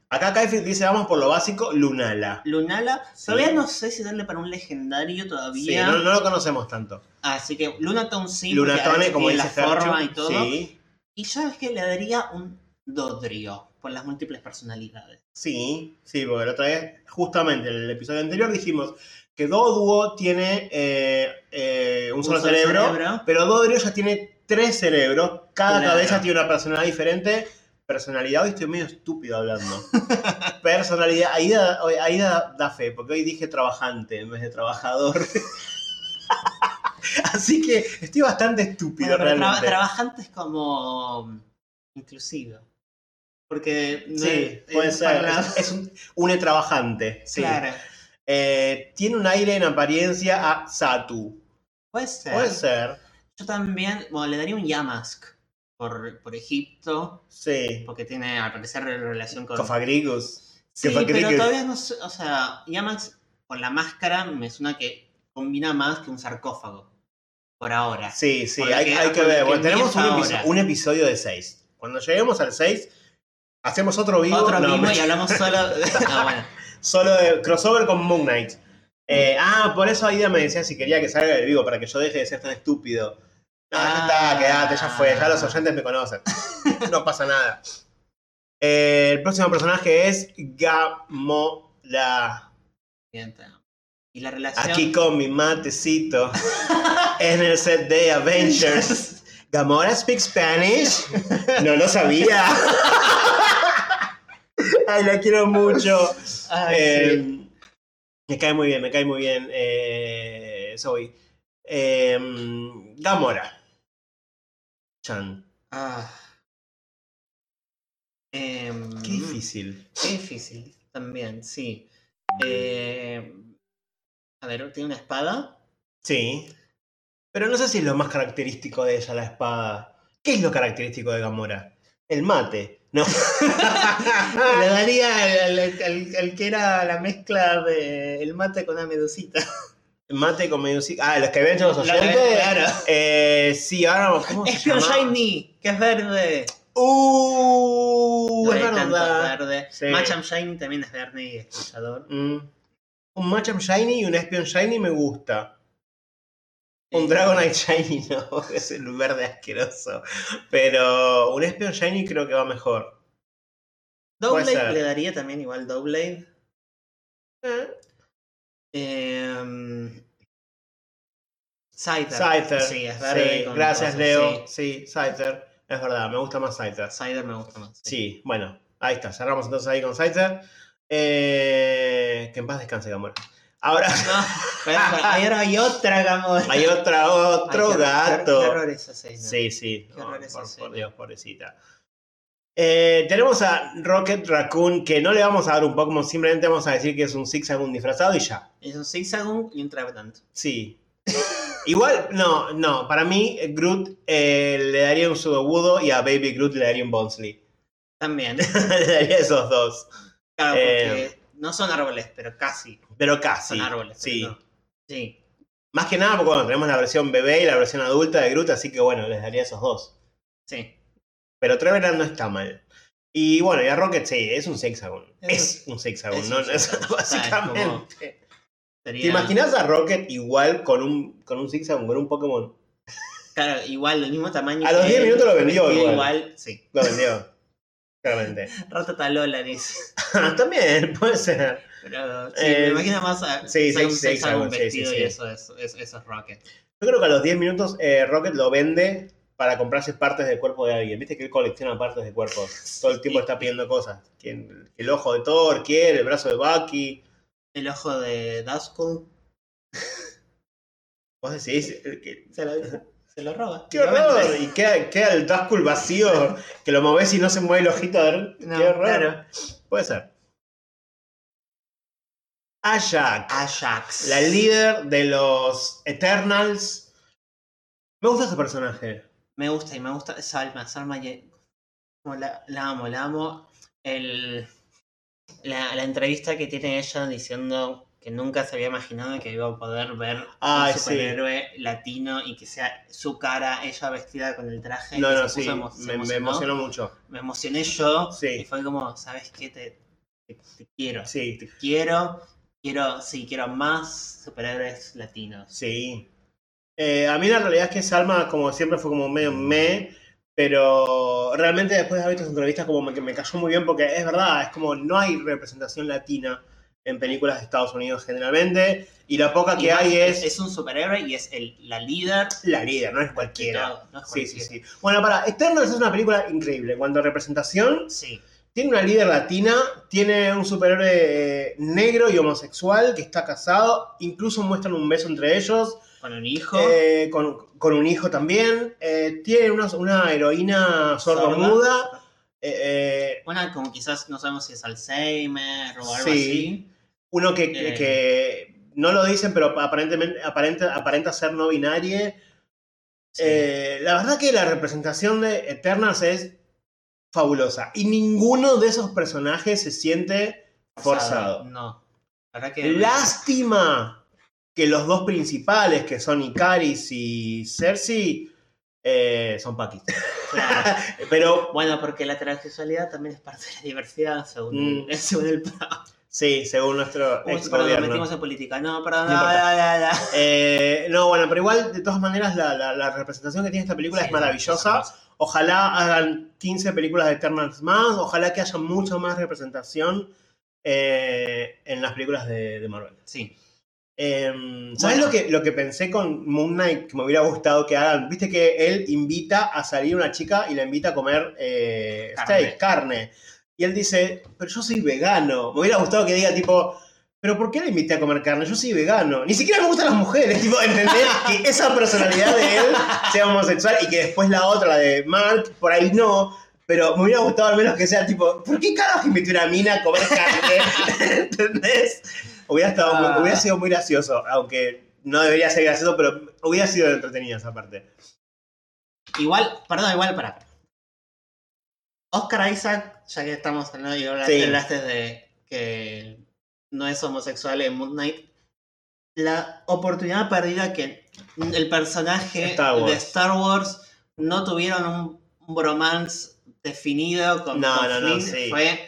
Acá Kaifit dice, vamos por lo básico, Lunala.
Lunala.
Sí.
Todavía no sé si darle para un legendario
Sí,
todavía.
no, no lo conocemos tanto.
Así que Lunaton sí. porque
Lunatone, como
tiene
dice
la
Ferchu,
forma y todo.
Sí,
Y yo es que le daría un Dodrio por las múltiples personalidades.
sí, sí, porque la otra vez, justamente en el episodio anterior dijimos que Doduo tiene eh, eh, un, solo, cerebro Pero Dodrio ya tiene tres cerebros, cada
Claro.
cabeza tiene una personalidad diferente. Personalidad, hoy estoy medio estúpido hablando. Personalidad, ahí da, hoy- ahí da, da fe, porque hoy dije trabajante en vez de trabajador. Así que estoy bastante estúpido
Bueno, pero traba-
realmente.
trabajantes como mm, inclusivo. Porque no
sí,
es-
puede
es
ser.
para-
Es, es un une trabajante. Sí.
Claro.
Eh, tiene un aire en apariencia a Satu.
Puede ser.
Puede ser.
Yo también, bueno, le daría un Yamask por, por Egipto,
Sí.
porque tiene al parecer relación con.
Cofagrigus.
Sí, pero
Cofagrigus.
todavía no sé, o sea, Yamask con la máscara me suena que combina más que un sarcófago. Por ahora.
Sí, sí,
Por lo
hay
que-
hay que
por lo
ver.
que
Bueno, tenemos un,
empieza
episo-
ahora.
un episodio de 6. Cuando lleguemos al 6, hacemos otro vivo.
Otro
no,
mismo
me-
y hablamos solo. ah, bueno.
Solo de crossover con Moon Knight.
Mm.
Eh, ah, por eso Aida me decía si quería que salga el vivo, para que yo deje de ser tan estúpido. No, ya
Ah.
está, quedate, ya fue, ya los oyentes me conocen. No pasa nada. Eh, el próximo personaje es Gamola.
Bien, está. Y la relación.
Aquí con mi matecito. en el set de Avengers. ¿Gamora speak Spanish? No lo sabía. Ay, la quiero mucho.
Ay, sí.
Eh, Me cae muy bien, me cae muy bien. Eh, Zoe. Eh, Gamora. Chan.
Ah. Em,
Qué difícil.
qué difícil también, sí. Eh, a ver, tiene una espada.
Sí. Pero no sé si es lo más característico de ella, la espada. ¿Qué es lo característico de Gamora? El mate. No. Ah.
Le daría al, al- al- al que era la mezcla de el mate con una medusita.
Mate con medusita. Ah, los que ven los
Lo que-
oyentes.
claro.
Eh, sí, ahora ¿cómo se
Espion
llama?
Shiny, que es verde.
Uh,
No
es
hay tanto
verdad.
verde.
Sí.
Machamp Shiny también es verde y escuchador.
Mm. Un Machamp Shiny y un Espion Shiny me gusta. Un
Eh,
Dragonite Shiny no, es el verde asqueroso. Pero un Espion Shiny creo que va mejor. puede
Double
ser.
le daría también igual Double.
Eh,
Eh, Scyther.
Scyther.
Sí, es verde.
Sí,
con
Gracias,
cosas,
Leo.
sí.
Sí, Scyther. Es Es verdad, me gusta más Scyther.
Cider me gusta más.
Sí, bueno, ahí está. Cerramos entonces ahí con Scyther. Eh, que en paz descanse, Gamora. Ahora
No, pero, pero ahora hay otra, Gamora.
hay otra, otro
Ay, qué-
gato.
Qué, qué horror esa escena.
Sí, sí.
Qué
No,
horror esa
por,
escena.
por Dios, pobrecita. Eh, tenemos a Rocket Raccoon, que no le vamos a dar un Pokémon, simplemente vamos a decir que es un Zigzagoon disfrazado y ya.
Es un zigzagón y un travetant.
Sí. Igual, no, no. Para mí, Groot eh, le daría un Sudobudo y a Baby Groot le daría un Bonsley.
También.
le daría esos dos.
Claro, porque
Eh.
no son árboles, pero casi
Pero casi.
son árboles. pero
Sí.
no. Sí.
Más que nada porque bueno, tenemos la versión bebé y la versión adulta de Groot, así que bueno, les daría esos dos.
Sí.
Pero Trevenant no está mal. Y bueno, y a Rocket sí, es un Sexagon.
Es-
Es un Sexagon,
es
¿no?
un Sexagon, o sea, Ah, es como-
básicamente.
Sería,
¿Te imaginas a Rocket igual con un, con un Zigzagoon, con un Pokémon?
Claro, igual, del mismo tamaño.
A los
que
10
él,
minutos lo vendió
vestido
igual.
igual. Sí.
Lo vendió. Claramente. Ah,
Ratatalola dice.
También, puede ser.
Pero sí,
Eh,
me imagino más a
sí,
a un
sí, sí,
zigzagón
sí, sí,
vestido
sí.
y eso es, es- eso es Rocket.
Yo creo que a los 10 minutos eh, Rocket lo vende para comprarse partes del cuerpo de alguien. Viste que él colecciona partes de cuerpos. Todo el tiempo está pidiendo cosas. Quien- El ojo de Thor, quiere, el brazo de Bucky.
El ojo de Duskull
Vos decís, eh, que-
se lo, se lo roba.
¡qué
Lo
horror!
vende.
Y queda, queda el Duskull vacío, que lo movés y no se mueve el ojito. a ver,
No,
¡Qué horror!
claro.
Puede ser. Ajak,
Ajax.
la líder de los Eternals. Me gusta ese personaje.
Me gusta y me gusta Salma, Salma Ye- como la, la amo, la amo. El, la, la entrevista que tiene ella diciendo que nunca se había imaginado que iba a poder ver a
Ay,
un
sí.
superhéroe latino y que sea su cara, ella vestida con el traje.
No,
y
no,
se
sí.
puso emo- se
Me, me
emocionó.
emocionó mucho.
Me emocioné yo
Sí.
y fue como, ¿sabes qué? Te, te- te quiero,
Sí,
te quiero, quiero, sí, quiero más superhéroes latinos.
Sí. Eh, a mí la realidad es que Salma, como siempre, fue como medio me, pero realmente después de haber visto sus entrevistas, como me- que me cayó muy bien, porque es verdad, es como no hay representación latina en películas de Estados Unidos generalmente, y la poca
Y
que
más,
hay es,
un superhéroe y es el, la líder. de
la líder, no es cualquiera.
todo, no es
Sí, sí,
cualquiera.
sí. Bueno, para, Eternals es una película increíble. Cuando representación,
Sí,
tiene una líder latina, tiene un superhéroe eh, negro y homosexual que está casado, incluso muestran un beso entre ellos.
con un hijo.
Eh, con, con un hijo también. Eh, tiene una, una heroína sordomuda.
sorda.
Eh, eh,
Bueno, como quizás no sabemos si es Alzheimer o algo
Sí.
así.
uno que, que-
Eh.
que no lo dicen, pero aparentemente aparenta, aparenta ser no binaria.
Sí.
Eh, la verdad que la representación de Eternals es fabulosa. Y ninguno de esos personajes se siente forzado.
No. La verdad que.
Lástima que los dos principales, que son Icaris y Cersei, eh, son Paquis.
Claro.
Pero
Bueno, porque la transexualidad también es parte de la diversidad, según,
Mm.
según el PRO.
Sí, según nuestro
Uy,
ex
perdón, nos
gobierno.
metimos en política. No, perdón,
No
no,
importa.
la, la, la.
Eh, no, bueno, pero igual, de todas maneras, la, la- la representación que tiene esta película
Sí,
es maravillosa.
hermosa.
Ojalá hagan 15 películas de Eternals más. Ojalá que haya mucha más representación eh, en las películas de, de Marvel.
Sí.
Eh, ¿Sabes
Bueno.
lo, que, lo que pensé con Moon Knight que me hubiera gustado que hagan? Viste que él invita a salir una chica y la invita a comer eh,
Carne.
steak, carne. Y él dice, pero yo soy vegano. Me hubiera gustado que diga, tipo, ¿pero por qué la invité a comer carne? Yo soy vegano. Ni siquiera me gustan las mujeres. Tipo, entender que esa personalidad de él sea homosexual y que después la otra, la de Mark, por ahí no. Pero me hubiera gustado al menos que sea tipo, ¿por qué carajo invité a una mina a comer carne? ¿Entendés? Hubiera, estado muy-
Ah.
hubiera sido muy gracioso, aunque no debería ser gracioso, pero hubiera sido entretenida esa parte.
Igual, perdón, igual para. Oscar Isaac, ya que estamos hablando y hablaste,
Sí.
hablaste de que no es homosexual en Moon Knight, la oportunidad perdida que el personaje
Star Wars.
de Star Wars no tuvieron un- un bromance definido con,
No,
con
no, no,
Flynn
sí.
fue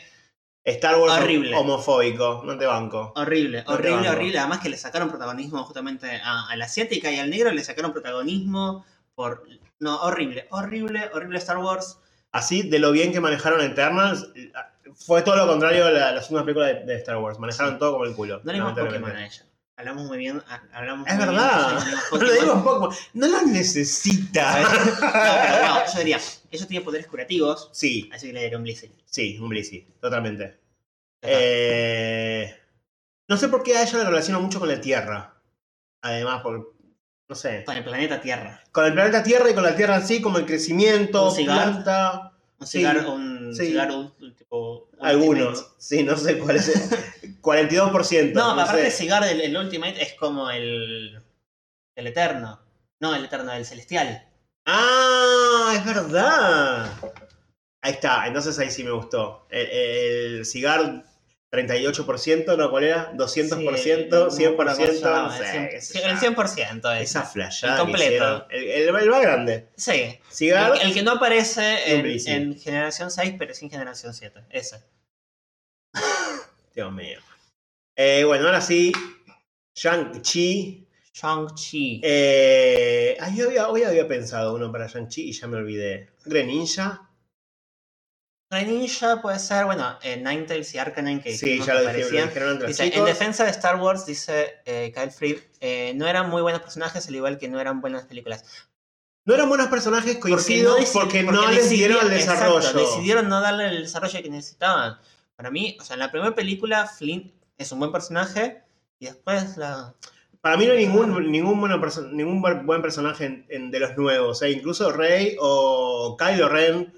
Star Wars
Horrible.
homofóbico, no te banco.
horrible,
No te
horrible,
banco.
horrible. Además que le sacaron protagonismo justamente a, a la asiática y al negro le sacaron protagonismo por... No, horrible, horrible, horrible Star Wars.
Así, de lo bien que manejaron Eternals, fue todo lo contrario a la, la segunda película de, de Star Wars. Manejaron todo como el culo.
No le dimos
lamentablemente.
Pokémon a ella. Hablamos muy bien. ha- Hablamos
Es
muy bien,
verdad.
sí, tenemos
No lo digo
Pokémon.
un poco. No lo necesita.
¿Sabes? No, pero no, yo diría, ellos tienen poderes curativos,
Sí,
así que le daría un Blizzard.
sí, un Blissey, totalmente.
Ya está.
Eh, no sé por qué a ella la relaciono mucho con la Tierra. Además, por. No sé.
Con el planeta Tierra.
Con el planeta Tierra y con la Tierra en sí, como el crecimiento,
Un cigarro.
planta.
Un
Sí,
cigarro, un
sí.
cigarro un- un tipo. Ultimate.
Algunos. Sí, no sé cuál es. 42%.
No, pero aparte
sé.
el cigarro del el Ultimate es como el. El Eterno. No, el Eterno, el Celestial.
Ah, es verdad. Ahí está, entonces ahí sí me gustó. El, el cigar 38%, ¿no? ¿Cuál era? 200%,
Sí, el-
100%, no
el
sé.
100%,
qué sé yo.
El 100% es.
Esa flashada. que
Incompleto.
hicieron. El, el, el más grande.
Sí.
Cigar.
El, el que no aparece
Y un
en,
Blissey.
en Generación 6, pero sí en Generación 7. Ese.
Dios mío. Eh, bueno, ahora sí. Shang-Chi.
Shang-Chi.
Eh, ay, yo había, hoy había pensado uno para Shang-Chi y ya me olvidé. Greninja.
Greninja puede ser, bueno, eh, Ninetales y Arcanine que
Sí,
dijimos que
ya lo dije- lo
aparecían.
dijeron entre los
Dice, en
chicos.
defensa de Star Wars, dice eh, Kyle Freed, eh, no eran muy buenos personajes, al igual que no eran buenas películas.
No eran buenos personajes, coincido,
deci-
porque no, les
decidieron-
dieron el
exacto,
desarrollo.
decidieron no darle el desarrollo que necesitaban. Para mí, o sea, en la primera película, Flynn es un buen personaje y después la...
Para mí no hay ningún, ningún, bueno perso- ningún buen buen personaje en- en- de los nuevos. eh. Incluso Rey o Kylo Ren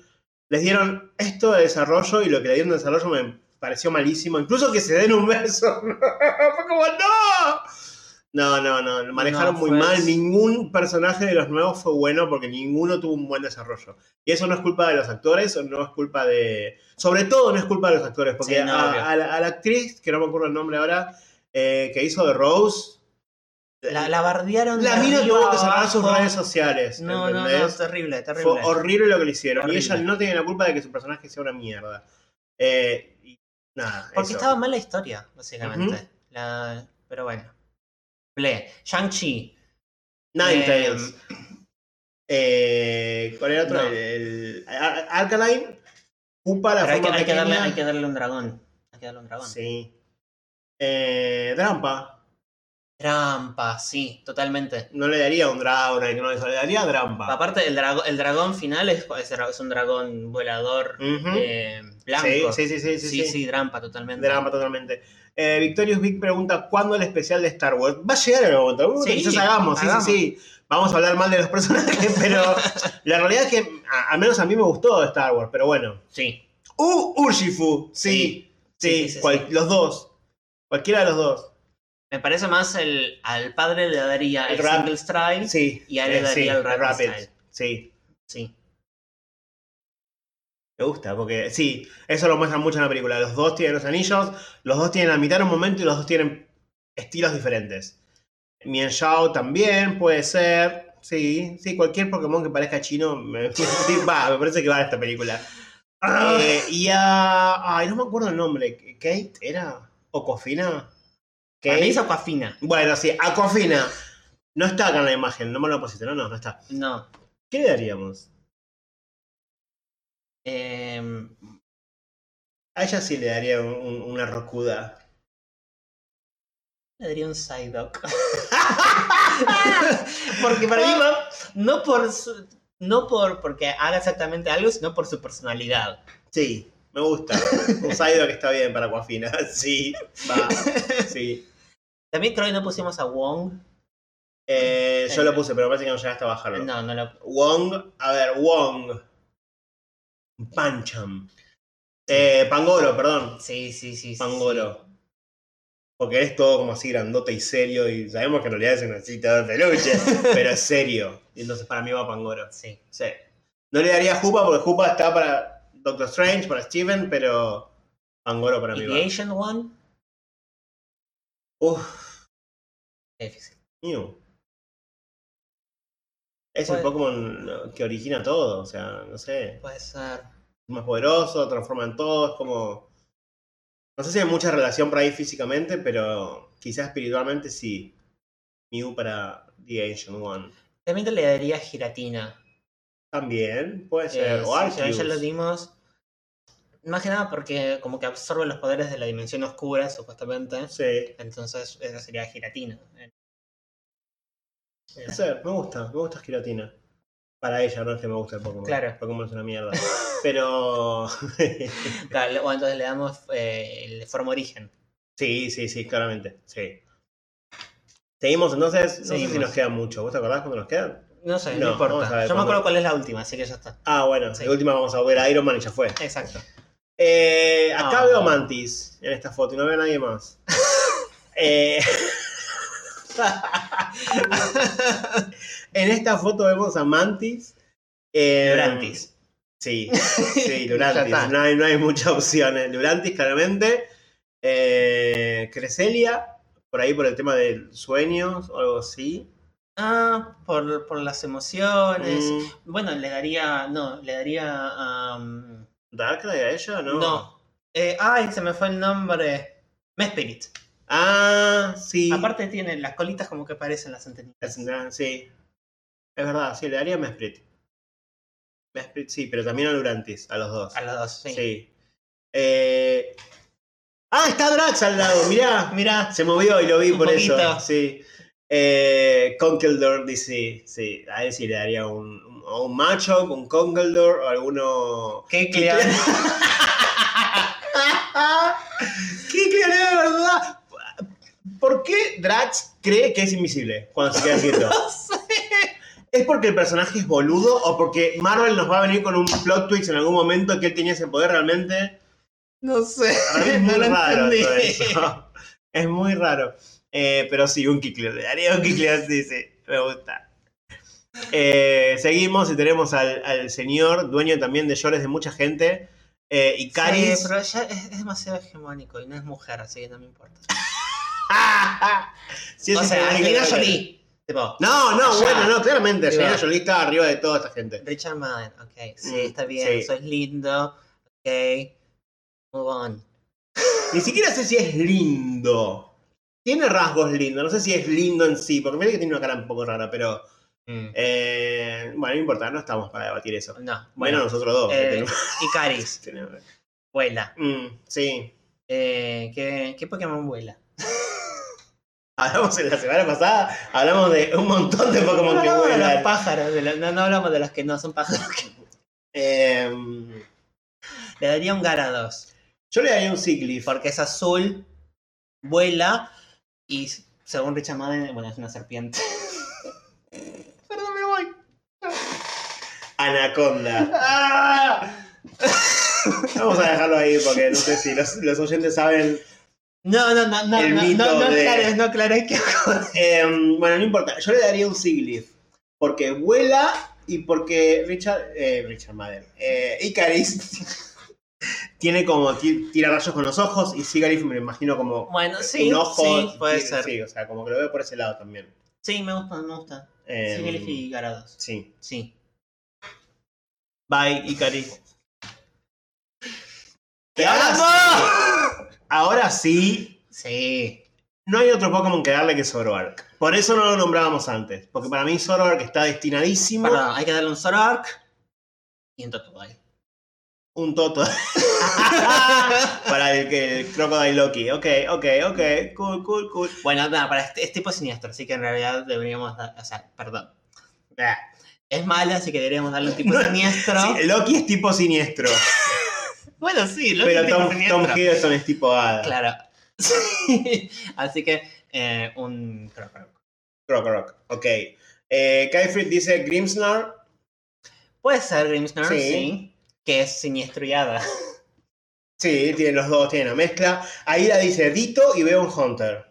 les dieron esto de desarrollo y lo que le dieron de desarrollo me pareció malísimo. Incluso que se den un beso. fue como, ¡no! No, no, no. lo Manejaron
No,
muy
fue-
mal. Ningún personaje de los nuevos fue bueno porque ninguno tuvo un buen desarrollo. Y eso no es culpa de los actores, o no es culpa de. Sobre todo no es culpa de los actores, porque
Sí, no,
a-
obvio.
a la- a la actriz, que no me acuerdo el nombre ahora, eh, que hizo de Rose.
La, la bardearon.
La
de
mina
arriba
tuvo que
abajo.
cerrar sus redes sociales.
No, no, no,
¿entendés?
terrible,
Fue
terrible.
horrible lo que le hicieron.
Horrible.
Y ella no tiene la culpa de que su personaje sea una mierda. Eh, y nada.
Porque
eso.
estaba mal la historia, básicamente. La- Pero bueno. Ble, Shang-Chi.
Ninetales. Eh, ¿Cuál era otro?
no.
El, el- Ar- Arcanine. Pupa la
Pero hay que,
forma
hay que darle,
pequeña.
hay que darle un dragón. Hay que darle un dragón.
Sí. Eh, Drampa.
Trampa, sí, totalmente.
No le daría un dragón, no le daría Drampa.
Aparte, el, drago- el dragón final es, es dra- es un dragón volador
Ujú.
eh, blanco.
Sí, sí, sí, sí, sí, sí.
trampa, totalmente.
Drama totalmente. Eh, Victorious Big pregunta: ¿Cuándo el especial de Star Wars? Va a llegar el momento. algún momento
Sí,
quizás hagamos,
hagamos.
sí, sí, sí. Vamos a hablar mal de los personajes, pero la realidad es que, a- al menos a mí me gustó Star Wars, pero bueno.
Sí.
¡Uh! Urshifu. Sí, sí,
Sí, sí, sí,
cual-
sí.
los dos. Cualquiera de los dos.
Me parece más el al padre le daría el,
El rap.
single strike.
Sí.
Y ahí le
eh,
daría
sí,
el Rapid
Rapid,
Style.
Sí.
Sí.
Me gusta, porque sí, eso lo muestran mucho en la película. Los dos tienen los anillos, los dos tienen la mitad en un momento y los dos tienen estilos diferentes. Mien Shao también puede ser. Sí, sí, cualquier Pokémon que parezca chino me, sí, va, me parece que va a esta película. Eh, y a. Ay, no me acuerdo el nombre. ¿Kate era? ¿O Cofina?
Para mí es
¿Kate?
Aquafina.
Bueno, sí, a Cofina. No está acá en la imagen, no me lo pusiste, no, no, no está.
No.
¿Qué le daríamos?
Em,
A ella sí le daría un- un- una rocuda.
Le daría un Psyduck. porque para mí va no por su- no por porque haga exactamente algo, sino por su personalidad.
Sí, me gusta. Un Psyduck está bien para Coafina. Sí, va. Sí.
También creo que no pusimos a Wong.
Eh, yo lo puse, pero parece que no llegaste a bajarlo.
No, no lo.
Wong, a ver, Wong. Pancham. Eh, Pangoro, perdón.
Sí, sí, sí. sí,
Pangoro. Porque es todo como así grandote y serio. Y sabemos que en realidad es una cita de peluche, pero es serio. Y entonces para mí va Pangoro.
Sí.
Sí. No le daría a Jupa porque Jupa está para Doctor Strange, para Steven, pero Pangoro para
¿Y
mí
The
va.
Asian One?
Uf.
Es difícil.
New. Es el
Puede-
Pokémon que origina todo, o sea, no sé,
Puede ser.
más poderoso, transforma en todo, es como... No sé si hay mucha relación por ahí físicamente, pero quizás espiritualmente sí. Mew para The Ancient One.
También te le daría Giratina.
También puede ser.
Eh,
o
sí, ya, ya
Arceus.
lo dimos. Más que nada porque como que absorbe los poderes de la dimensión oscura, supuestamente.
Sí.
Entonces esa sería giratina.
Puede ser, me gusta, me gusta giratina. Para ella, no es que me gusta el Pokémon.
Claro.
Pokémon es una mierda. Pero.
Claro, o entonces le damos eh, el de forma origen.
sí, sí, sí, claramente. Sí. Seguimos entonces. No sé si
Seguimos.
nos queda mucho. ¿Vos te acordás cuando nos quedan?
No sé,
No,
no,
vamos a
importa.
ver
Yo
cómo-
me acuerdo cuál es la última, así que ya está.
Ah, bueno,
Sí.
de última vamos a ver a Iron Man y ya fue.
Exacto.
Eh, acá
Ah.
veo a Mantis en esta foto y no veo a nadie más. Eh, en esta foto vemos a Mantis. eh,
Durantis.
Sí, sí, Durantis.
Ya está.
no, hay, no hay muchas opciones. Durantis, claramente. Eh, Creselia, por ahí por el tema de sueños o algo así.
Ah, por, por las emociones.
Mm,
Bueno, le daría. No, le daría. am,
¿Darkrai a ella? No.
no. Eh, ay, se me fue el nombre. Mespirit.
Ah, sí.
Aparte, tiene las colitas como que parecen las antenitas.
Es una- sí. Es verdad, sí, le daría a Mesprit. Mesprit, sí, pero también a Durantis, a los dos.
A los dos, sí.
sí. Eh, Ah, está Drax al lado, mirá.
Mirá,
Se movió y lo vi
Un
por eso.
poquito.
Sí. Eh, Conkeldor dice, sí, a él sí le daría un, un, o un macho, un Conkeldor o alguno...
qué clean.
¡Qué claridad de verdad! ¿Por qué Drax cree que es invisible cuando se queda quieto? ¿Es porque el personaje es boludo o porque Marvel nos va a venir con un plot twist en algún momento que él tenía ese poder realmente?
No sé.
Para mí es muy
no lo
raro ¿eh? todo
entendí.
eso. Es muy raro. Eh, pero sí, un Kikler. Le daría un Kikler, sí, sí. Me gusta. Eh, seguimos y tenemos al, al señor, dueño también de llores de mucha gente. Eh, Icaris.
Sí, pero ya es, es demasiado hegemónico y no es mujer, así que no me importa.
Sí,
o
sí, sí,
sea,
sí,
Angelina
sí, sí.
Jolie. Tipo,
No, no,
Allá.
bueno, no, claramente.
Ahí va.
Angelina Jolie está arriba de toda esta gente.
Richard Madden, ok. Sí,
Mm,
está bien,
sí.
sos lindo. Ok. Move on.
Ni siquiera sé si es lindo. Tiene rasgos lindos, no sé si es lindo en sí, porque me parece que tiene una cara un poco rara, pero. eh, bueno, no importa, no estamos para debatir eso.
Mm, No.
Bueno, nosotros dos. que
eh,
tenemos-
Icaris,
tenemos-
vuela.
Mm, sí.
Eh, ¿qué, ¿Qué Pokémon vuela?
Hablamos en la semana pasada, hablamos de un montón de Pokémon
no
que
hablamos de los
vuelan.
pájaros, de los- no, no hablamos de los que no son pájaros.
Eh,
Le daría un Garados,
yo le daría un Ciclif.
porque es azul, vuela y según Richard Madden, bueno, es una serpiente. Perdón, me voy.
Anaconda.
¡Ah!
Vamos a dejarlo ahí porque no sé si los, los oyentes saben.
No, no, no, no,
El
no,
mito
no, no,
de-
aclares, no aclares que...
Eh, bueno, no importa. Yo le daría un Siglif. Porque vuela y porque Richard. eh, Richard Madden. Eh, Icaris. tiene como. ti- Tira rayos con los ojos y Siglif me lo imagino como.
Bueno, sí,
un ojo.
sí, puede
ti-
ser. Sí.
Sí, o sea, como que lo veo por ese lado también.
me gusta, me gusta.
Eh,
Sí, elegí Garados,
Sí.
sí.
Bye, Icaris.
¡Te
ahora sí,
amo!
ahora sí
Sí.
No hay otro Pokémon que darle que Zoroark. Por eso no lo nombrábamos antes. Porque para mí Zoroark está destinadísimo.
Perdón, hay que darle un Zoroark y un Totodile.
Un Toto. para el, que- el Crocodile Loki. Ok, ok, ok. Cool, cool, cool.
Bueno, nada, para este, es tipo siniestro, así que en realidad deberíamos dar, o sea, perdón. Bah, Es malo, así que deberíamos darle un tipo
No,
siniestro.
Sí, Loki es tipo siniestro.
bueno, sí, lo
pero
es tipo
Tom,
siniestro.
Tom Hiddleston es tipo Hada.
Claro. Sí. así que eh, un Crocoroc.
Crocorock. Ok. Eh, Kaifrit dice Grimmsnarl.
Puede ser Grimmsnarl,
Sí.
sí. que es siniestro y hada.
Sí, tienen los dos, tienen la mezcla. Ahí la dice Dito y veo un Hunter.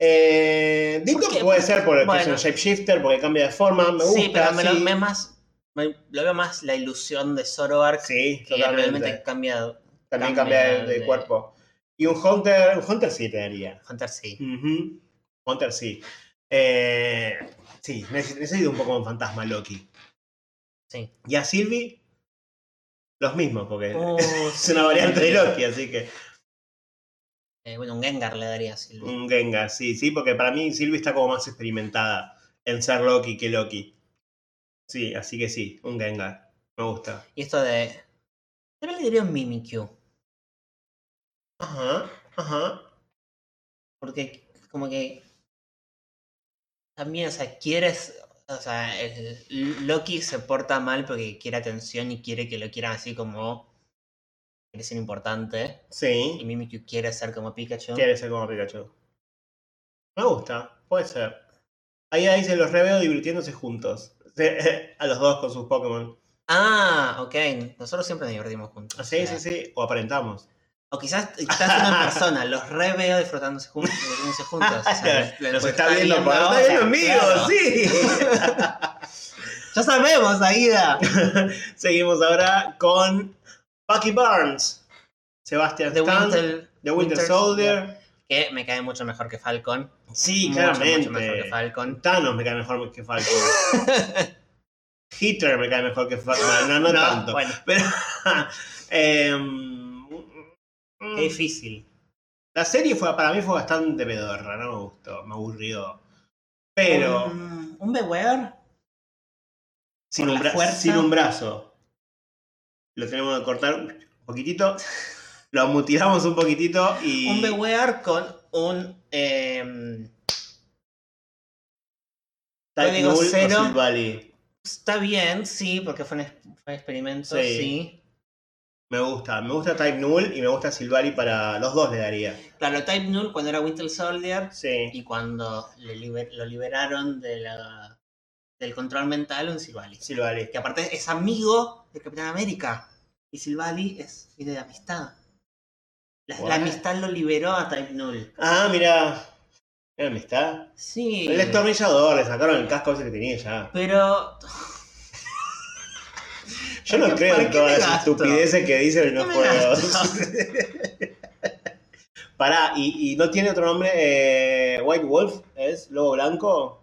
Eh, Dito
¿Por qué?
puede ser porque es
Bueno.
un shapeshifter, porque cambia de forma, me gusta.
sí, pero me lo,
sí.
me más, me- lo veo más la ilusión de Zoroark
Sí,
que realmente
totalmente.
cambia. cambia
También cambia de, de
de-
cuerpo. Y un Hunter, un Hunter sí te daría.
Hunter sí.
Ujú. Hunter sí. Eh, sí, neces- necesito un poco un fantasma Loki.
Sí.
Y a Sylvie, los mismos, porque
Oh,
es una variante de Loki, así que.
Eh, bueno, un Gengar le daría a Silvia.
Un Gengar, sí, sí, porque para mí Sylvie está como más experimentada en ser Loki que Loki. Sí, así que sí, un Gengar. Me gusta.
Y esto de Tal vez le diría un Mimikyu.
Ajá, ajá.
Porque como que también, o sea, quieres, o sea, el- Loki se porta mal porque quiere atención y quiere que lo quieran así como quiere ser importante. Y
Sí.
Mimikyu quiere ser como Pikachu.
Quiere ser como Pikachu. Me gusta, puede ser. Ahí, ahí se los reveo divirtiéndose juntos. Se- A los dos con sus Pokémon. ¿Ah,
Ah, ok. Nosotros siempre nos divertimos juntos. o
Sí,
sea.
sí, sí. O aparentamos.
O quizás estás una persona, los re veo disfrutándose juntos. Disfrutándose juntos o sea, los-
Los
los
Pues está viendo por
ahora,
está viendo amigos,
claro.
sí.
Ya sabemos, Aida.
Seguimos ahora con Bucky Barnes. Sebastian
The
Stan,
Winter,
The Winter
Winter
Soldier.
que me cae mucho mejor que Falcon.
Sí,
Mucho,
claramente.
Mucho mejor que Falcon.
Thanos me cae mejor que Falcon. Hitler me cae mejor que Falcon. No, no, tanto.
Bueno,
Pero. em,
qué difícil.
la serie fue, para mí fue bastante pedorra, no me gustó, me aburrió. Pero.
Um, ¿Un Beware?
sin,
por
un
la
bra-
fuerza.
sin un brazo. Lo tenemos que cortar un poquitito. Lo mutilamos un poquitito y.
Un Beware con un. em,
Type
código
Null o
cero.
Silvally.
está bien, sí, porque fue un, es- fue un experimento,
Sí.
sí.
Me gusta, me gusta Type Null y me gusta Silvali para los dos le daría.
Claro, Type Null cuando era Winter Soldier
Sí.
y cuando le liber- lo liberaron de la- del control mental, un Silvali.
Silvali.
Que aparte es amigo de Capitán América. Y Silvali es viene de amistad. La, la
Guau.
amistad lo liberó a Type Null.
Ah, mira. Mira, amistad.
Sí.
El destornillador, le sacaron el casco ese que tenía ya.
Pero.
Yo no
¿Para qué-
creo
para
en
qué
todas
me
las
gasto?
estupideces que dicen en
¿Qué
los
me
juegos. Pará, y, y no tiene otro nombre. eh, White Wolf es lobo blanco.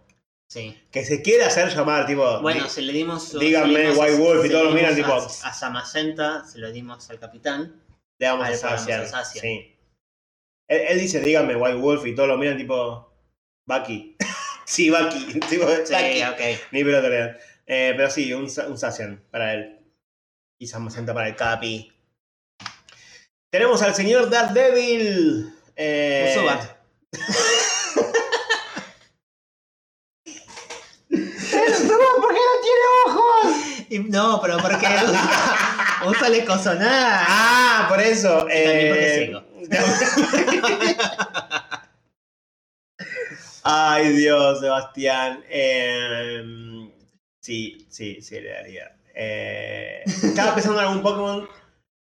Sí.
que se quiere hacer llamar, tipo.
Bueno,
di-
se le dimos.
díganme,
se le dimos-
White Wolf, y
se
todos lo
le dimos
miran, tipo-
A, a Samacenta, se lo dimos al capitán.
le vamos a
al programa
saciar.
Saciar.
Sí. Él, él dice, díganme White Wolf y todos lo miran, tipo. Bucky. sí, Bucky. tipo,
Sí,
Bucky.
ok.
Ni pelota le dan. Eh, pero sí, un, sa- un Sacian para él. Y Samacenta para el Capi. Tenemos al señor Daredevil. Eh,
Un Zubat.
¿Por qué no tiene ojos?
Y- no, pero porque. usa- Usa el ecosonar.
Ah, por eso.
también porque
eh, Ay, Dios, Sebastián. Eh, sí, sí, sí, le daría. Eh, estaba pensando en algún Pokémon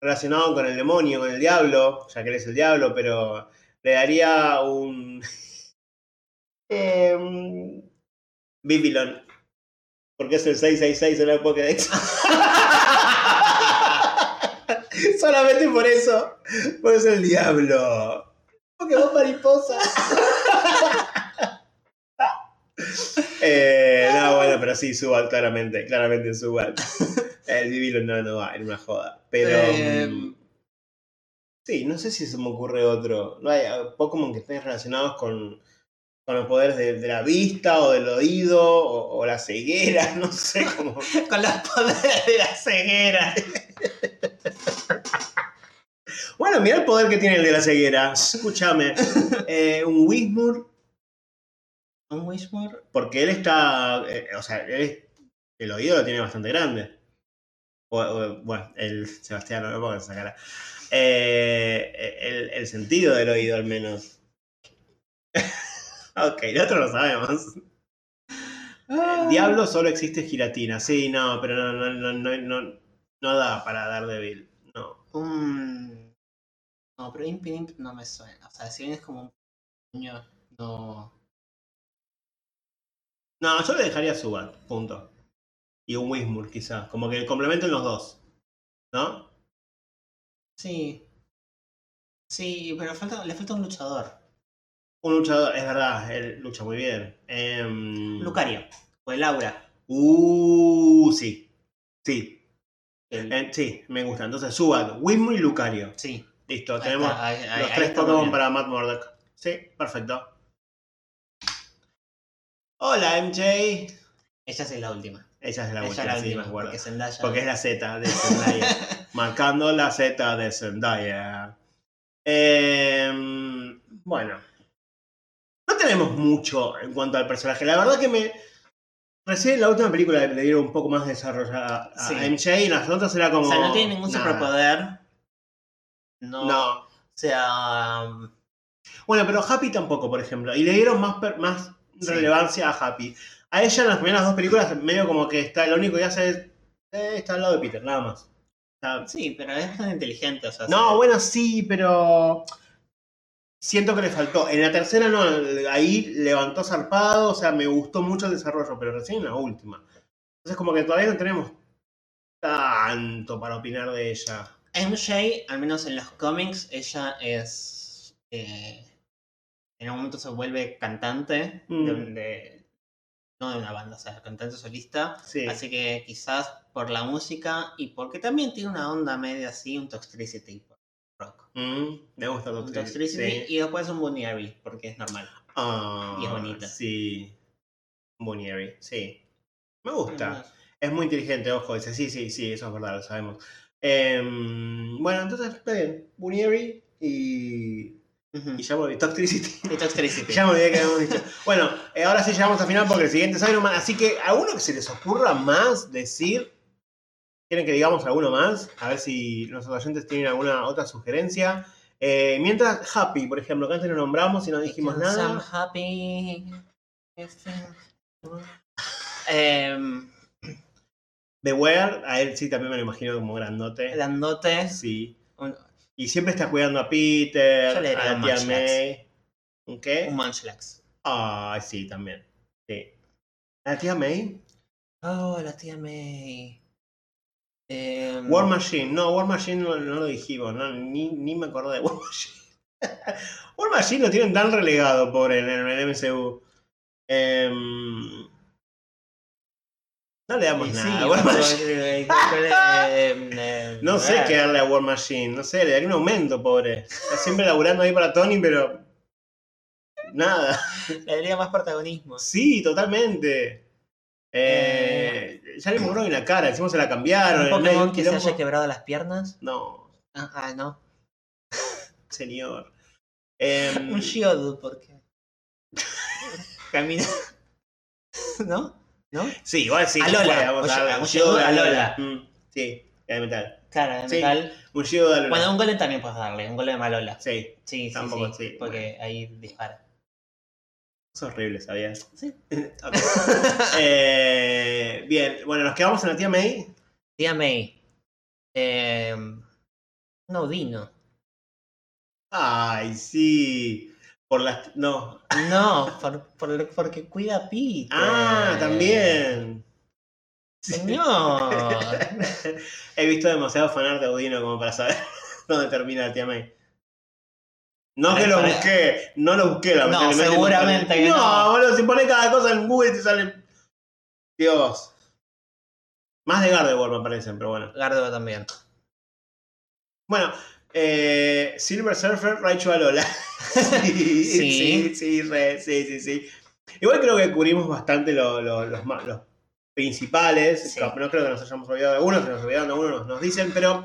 relacionado con el demonio, con el diablo, ya que él es el diablo, pero le daría un. Eh, Bibilon. Porque es el 666 en la Pokédex. Solamente por eso. Por eso el diablo. Pokémon mariposa. Eh, no, bueno, pero sí, Subat, claramente. Claramente Subat. El Bibilon no, no va, en una joda. Pero.
Eh,
mm, Sí, no sé si se me ocurre otro. No hay ah, Pokémon que estén relacionados con, con los poderes de, de la vista o del oído o, o la ceguera, no sé cómo.
Con los poderes de la ceguera.
Bueno, mira el poder que tiene el de la ceguera. Escúchame. Eh, un Wismur,
Un Wishmore.
porque él está. eh, o sea, él es- el oído lo tiene bastante grande. O- o- bueno, el Sebastián, no me pongan esa cara. Eh, el, el sentido del oído, al menos. ok, nosotros lo sabemos. El diablo solo existe giratina. Sí, no, pero no, no, no, no, no, no da para Daredevil. No.
Un... No, pero Imp Imp no me suena. O sea, si bien es como un puño, no.
No, yo le dejaría Subat, punto. Y un Wismur, quizás. Como que complementen los dos. ¿No?
Sí. Sí, pero falta, le falta un luchador.
Un luchador, es verdad, él lucha muy bien. Em,
Lucario. O el Aura.
Uh, sí. Sí.
El-
Eh, sí, me gusta. Entonces, Subat, Wismur y Lucario.
Sí.
Listo,
ahí
tenemos
está, ahí- ahí-
los
ahí
tres
está
Pokémon
muy bien.
para Matt Murdock. Sí, perfecto. Hola, MJ.
Ella es la última.
Ella es la
Ella es
última,
la
sí, me
última.
acuerdo.
porque Zendaya.
Porque es la Z de Zendaya. marcando la Z de Zendaya. Em, bueno, no tenemos mucho en cuanto al personaje. La verdad que me. Recién en la última película le dieron un poco más de desarrollo a, a
Sí.
MJ y en las otras era
O
como.
sea, no tiene ningún
nada.
superpoder. No. O
No.
sea. um,
Bueno, pero Happy tampoco, por ejemplo. Y le dieron más, per- más
Sí.
relevancia a Happy. A ella en las primeras dos películas, medio como que está. Lo único que hace es. eh, está al lado de Peter, nada más. Está-
Sí, pero es bastante inteligente. O sea,
No,
se-
bueno, sí, pero. Siento que le faltó. En la tercera no, ahí levantó zarpado, o sea, me gustó mucho el desarrollo, pero recién en la última. Entonces, como que todavía no tenemos tanto para opinar de ella.
MJ, al menos en los cómics, ella es. eh, en un momento se vuelve cantante.
Mm.
De, de- no de una banda, o sea, cantante solista.
Sí.
Así que quizás por la música y porque también tiene una onda media así, un toxtricity por rock.
Mm, me gusta
Un
Doctor
toxtricity y después un Bunny porque es normal.
Ah,
Y es bonita.
Sí. Bonieri, sí. Me gusta. Es muy inteligente, ojo, dice, sí, sí, sí, eso es verdad, lo sabemos. Em, bueno, entonces está bien. Bonieri y.
Ujú.
Y ya volví. Toxtricity.
Y toxtricity.
Ya me olvidé que habíamos dicho. Bueno, eh, ahora sí llegamos al final porque el siguiente es Iron Man. Así que, ¿a uno que se les ocurra más decir? ¿Quieren que digamos alguno más? A ver si nuestros oyentes tienen alguna otra sugerencia. Eh, mientras, Happy, por ejemplo, que antes lo nombramos y no dijimos
Because
nada.
I'm happy. Em,
Beware, a él sí también me lo imagino como grandote.
grandote.
Sí.
Un,
Y siempre está cuidando a Peter,
Yo le
a
diría
la
un
tía
Munchlax.
May. ¿Un qué?
un munchlax.
Ah, sí, también. Sí. ¿La tía May?
Oh, la tía May. Em,
War Machine. No, War Machine no, no lo dijimos. no, ni, ni me acordé de War Machine. War Machine lo tienen tan relegado, pobre, en el, en el MCU. Em, no le damos
y sí,
nada. a War
bueno,
Machine.
eh, eh, em, em,
No sé
eh,
qué darle a War Machine, no sé, le daría un aumento, pobre. Está siempre laburando ahí para Tony, pero. Nada.
Le daría más protagonismo.
Sí, totalmente. Eh, ya le muró en la cara, encima se la cambiaron.
Un
en medio de
Pokémon
un
que se
quilombo.
haya quebrado las piernas.
No,
Ah, ah, no.
señor. Em,
Un Geodude, porque. Camina. ¿No? ¿No?
sí, igual sí.
A Lola,
puede, vamos
oye,
a ver,
a
un
un
Yoda
Yoda,
a
a Lola.
Lola. Mm, sí, de metal.
Claro, de
Sí.
metal.
Un Yoda a Lola.
Bueno, un golem también puedes darle, un golem a Lola.
Sí,
Sí, sí,
Tampoco,
sí,
sí,
porque ahí dispara.
es horrible, ¿sabías?
Sí.
Ok. Eh, bien, bueno, nos quedamos en la tía May.
Tía May. Em, no, Dino.
Ay, sí. Por las. No.
No, por, por- porque cuida a Peter. Eh.
Ah, también.
Señor.
He visto demasiado fanart de Audino como para saber dónde termina la tía May. No
Para-
que lo
para-
busqué, no lo busqué, lamentablemente.
seguramente que
no.
no.
boludo, si pones cada cosa en Google te sale. Dios. Más de Gardevoir me parecen, pero bueno.
Gardevoir también.
Bueno, eh, Silver Surfer, Raichu Alola. sí, sí,
Sí.
sí, re, sí, sí, sí. Igual creo que cubrimos bastante lo- lo- los, ma- los principales.
Sí.
No creo que nos hayamos olvidado de algunos, se nos olvidaron de algunos, nos, nos dicen, pero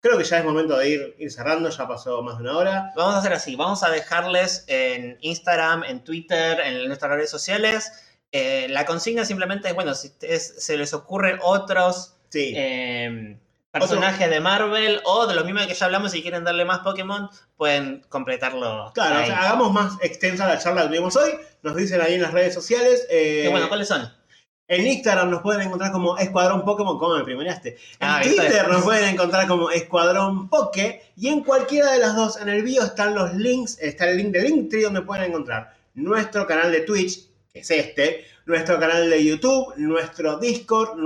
creo que ya es momento de ir, ir cerrando. Ya pasó más de una hora.
Vamos a hacer así, vamos a dejarles en Instagram, en Twitter, en nuestras redes sociales. Eh, la consigna simplemente es, bueno, si es- se les ocurre otros
Sí.
eh, personajes de Marvel o de los mismos que ya hablamos, si quieren darle más Pokémon, pueden completarlo.
Claro, o
ahí.
sea, hagamos más extensa la charla que tuvimos hoy. Nos dicen ahí en las redes sociales. eh,
Que bueno, ¿cuáles son?
En Instagram nos pueden encontrar como Escuadrón Pokémon, como me primereaste. En
Ah, ¿viste?
Twitter nos pueden encontrar como Escuadrón Poké. Y en cualquiera de las dos, en el bio están los links, está el link de Linktree donde pueden encontrar nuestro canal de Twitch, que es este, nuestro canal de YouTube, nuestro Discord,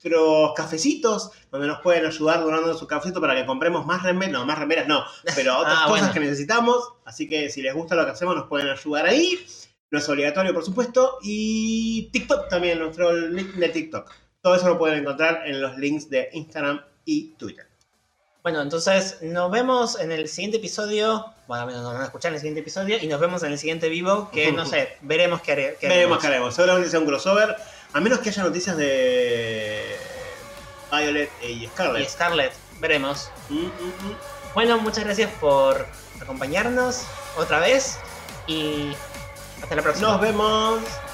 nuestros cafecitos, donde nos pueden ayudar donando su cafecito para que compremos más remeras, no, más remeras no, pero otras
Ah,
cosas
bueno.
que necesitamos. Así que si les gusta lo que hacemos, nos pueden ayudar ahí. No es obligatorio, por supuesto. Y TikTok también, nuestro link de TikTok. Todo eso lo pueden encontrar en los links de Instagram y Twitter.
Bueno, entonces nos vemos en el siguiente episodio. Bueno, nos van a escuchar en el siguiente episodio y nos vemos en el siguiente vivo, que no sé, veremos qué haremos.
Veremos qué haremos. Seguramente sea un crossover. A menos que haya noticias de. Violet y
Y
Scarlet.
Scarlett, veremos.
Mm, mm, mm.
Bueno, muchas gracias por acompañarnos otra vez y hasta la próxima.
Nos vemos.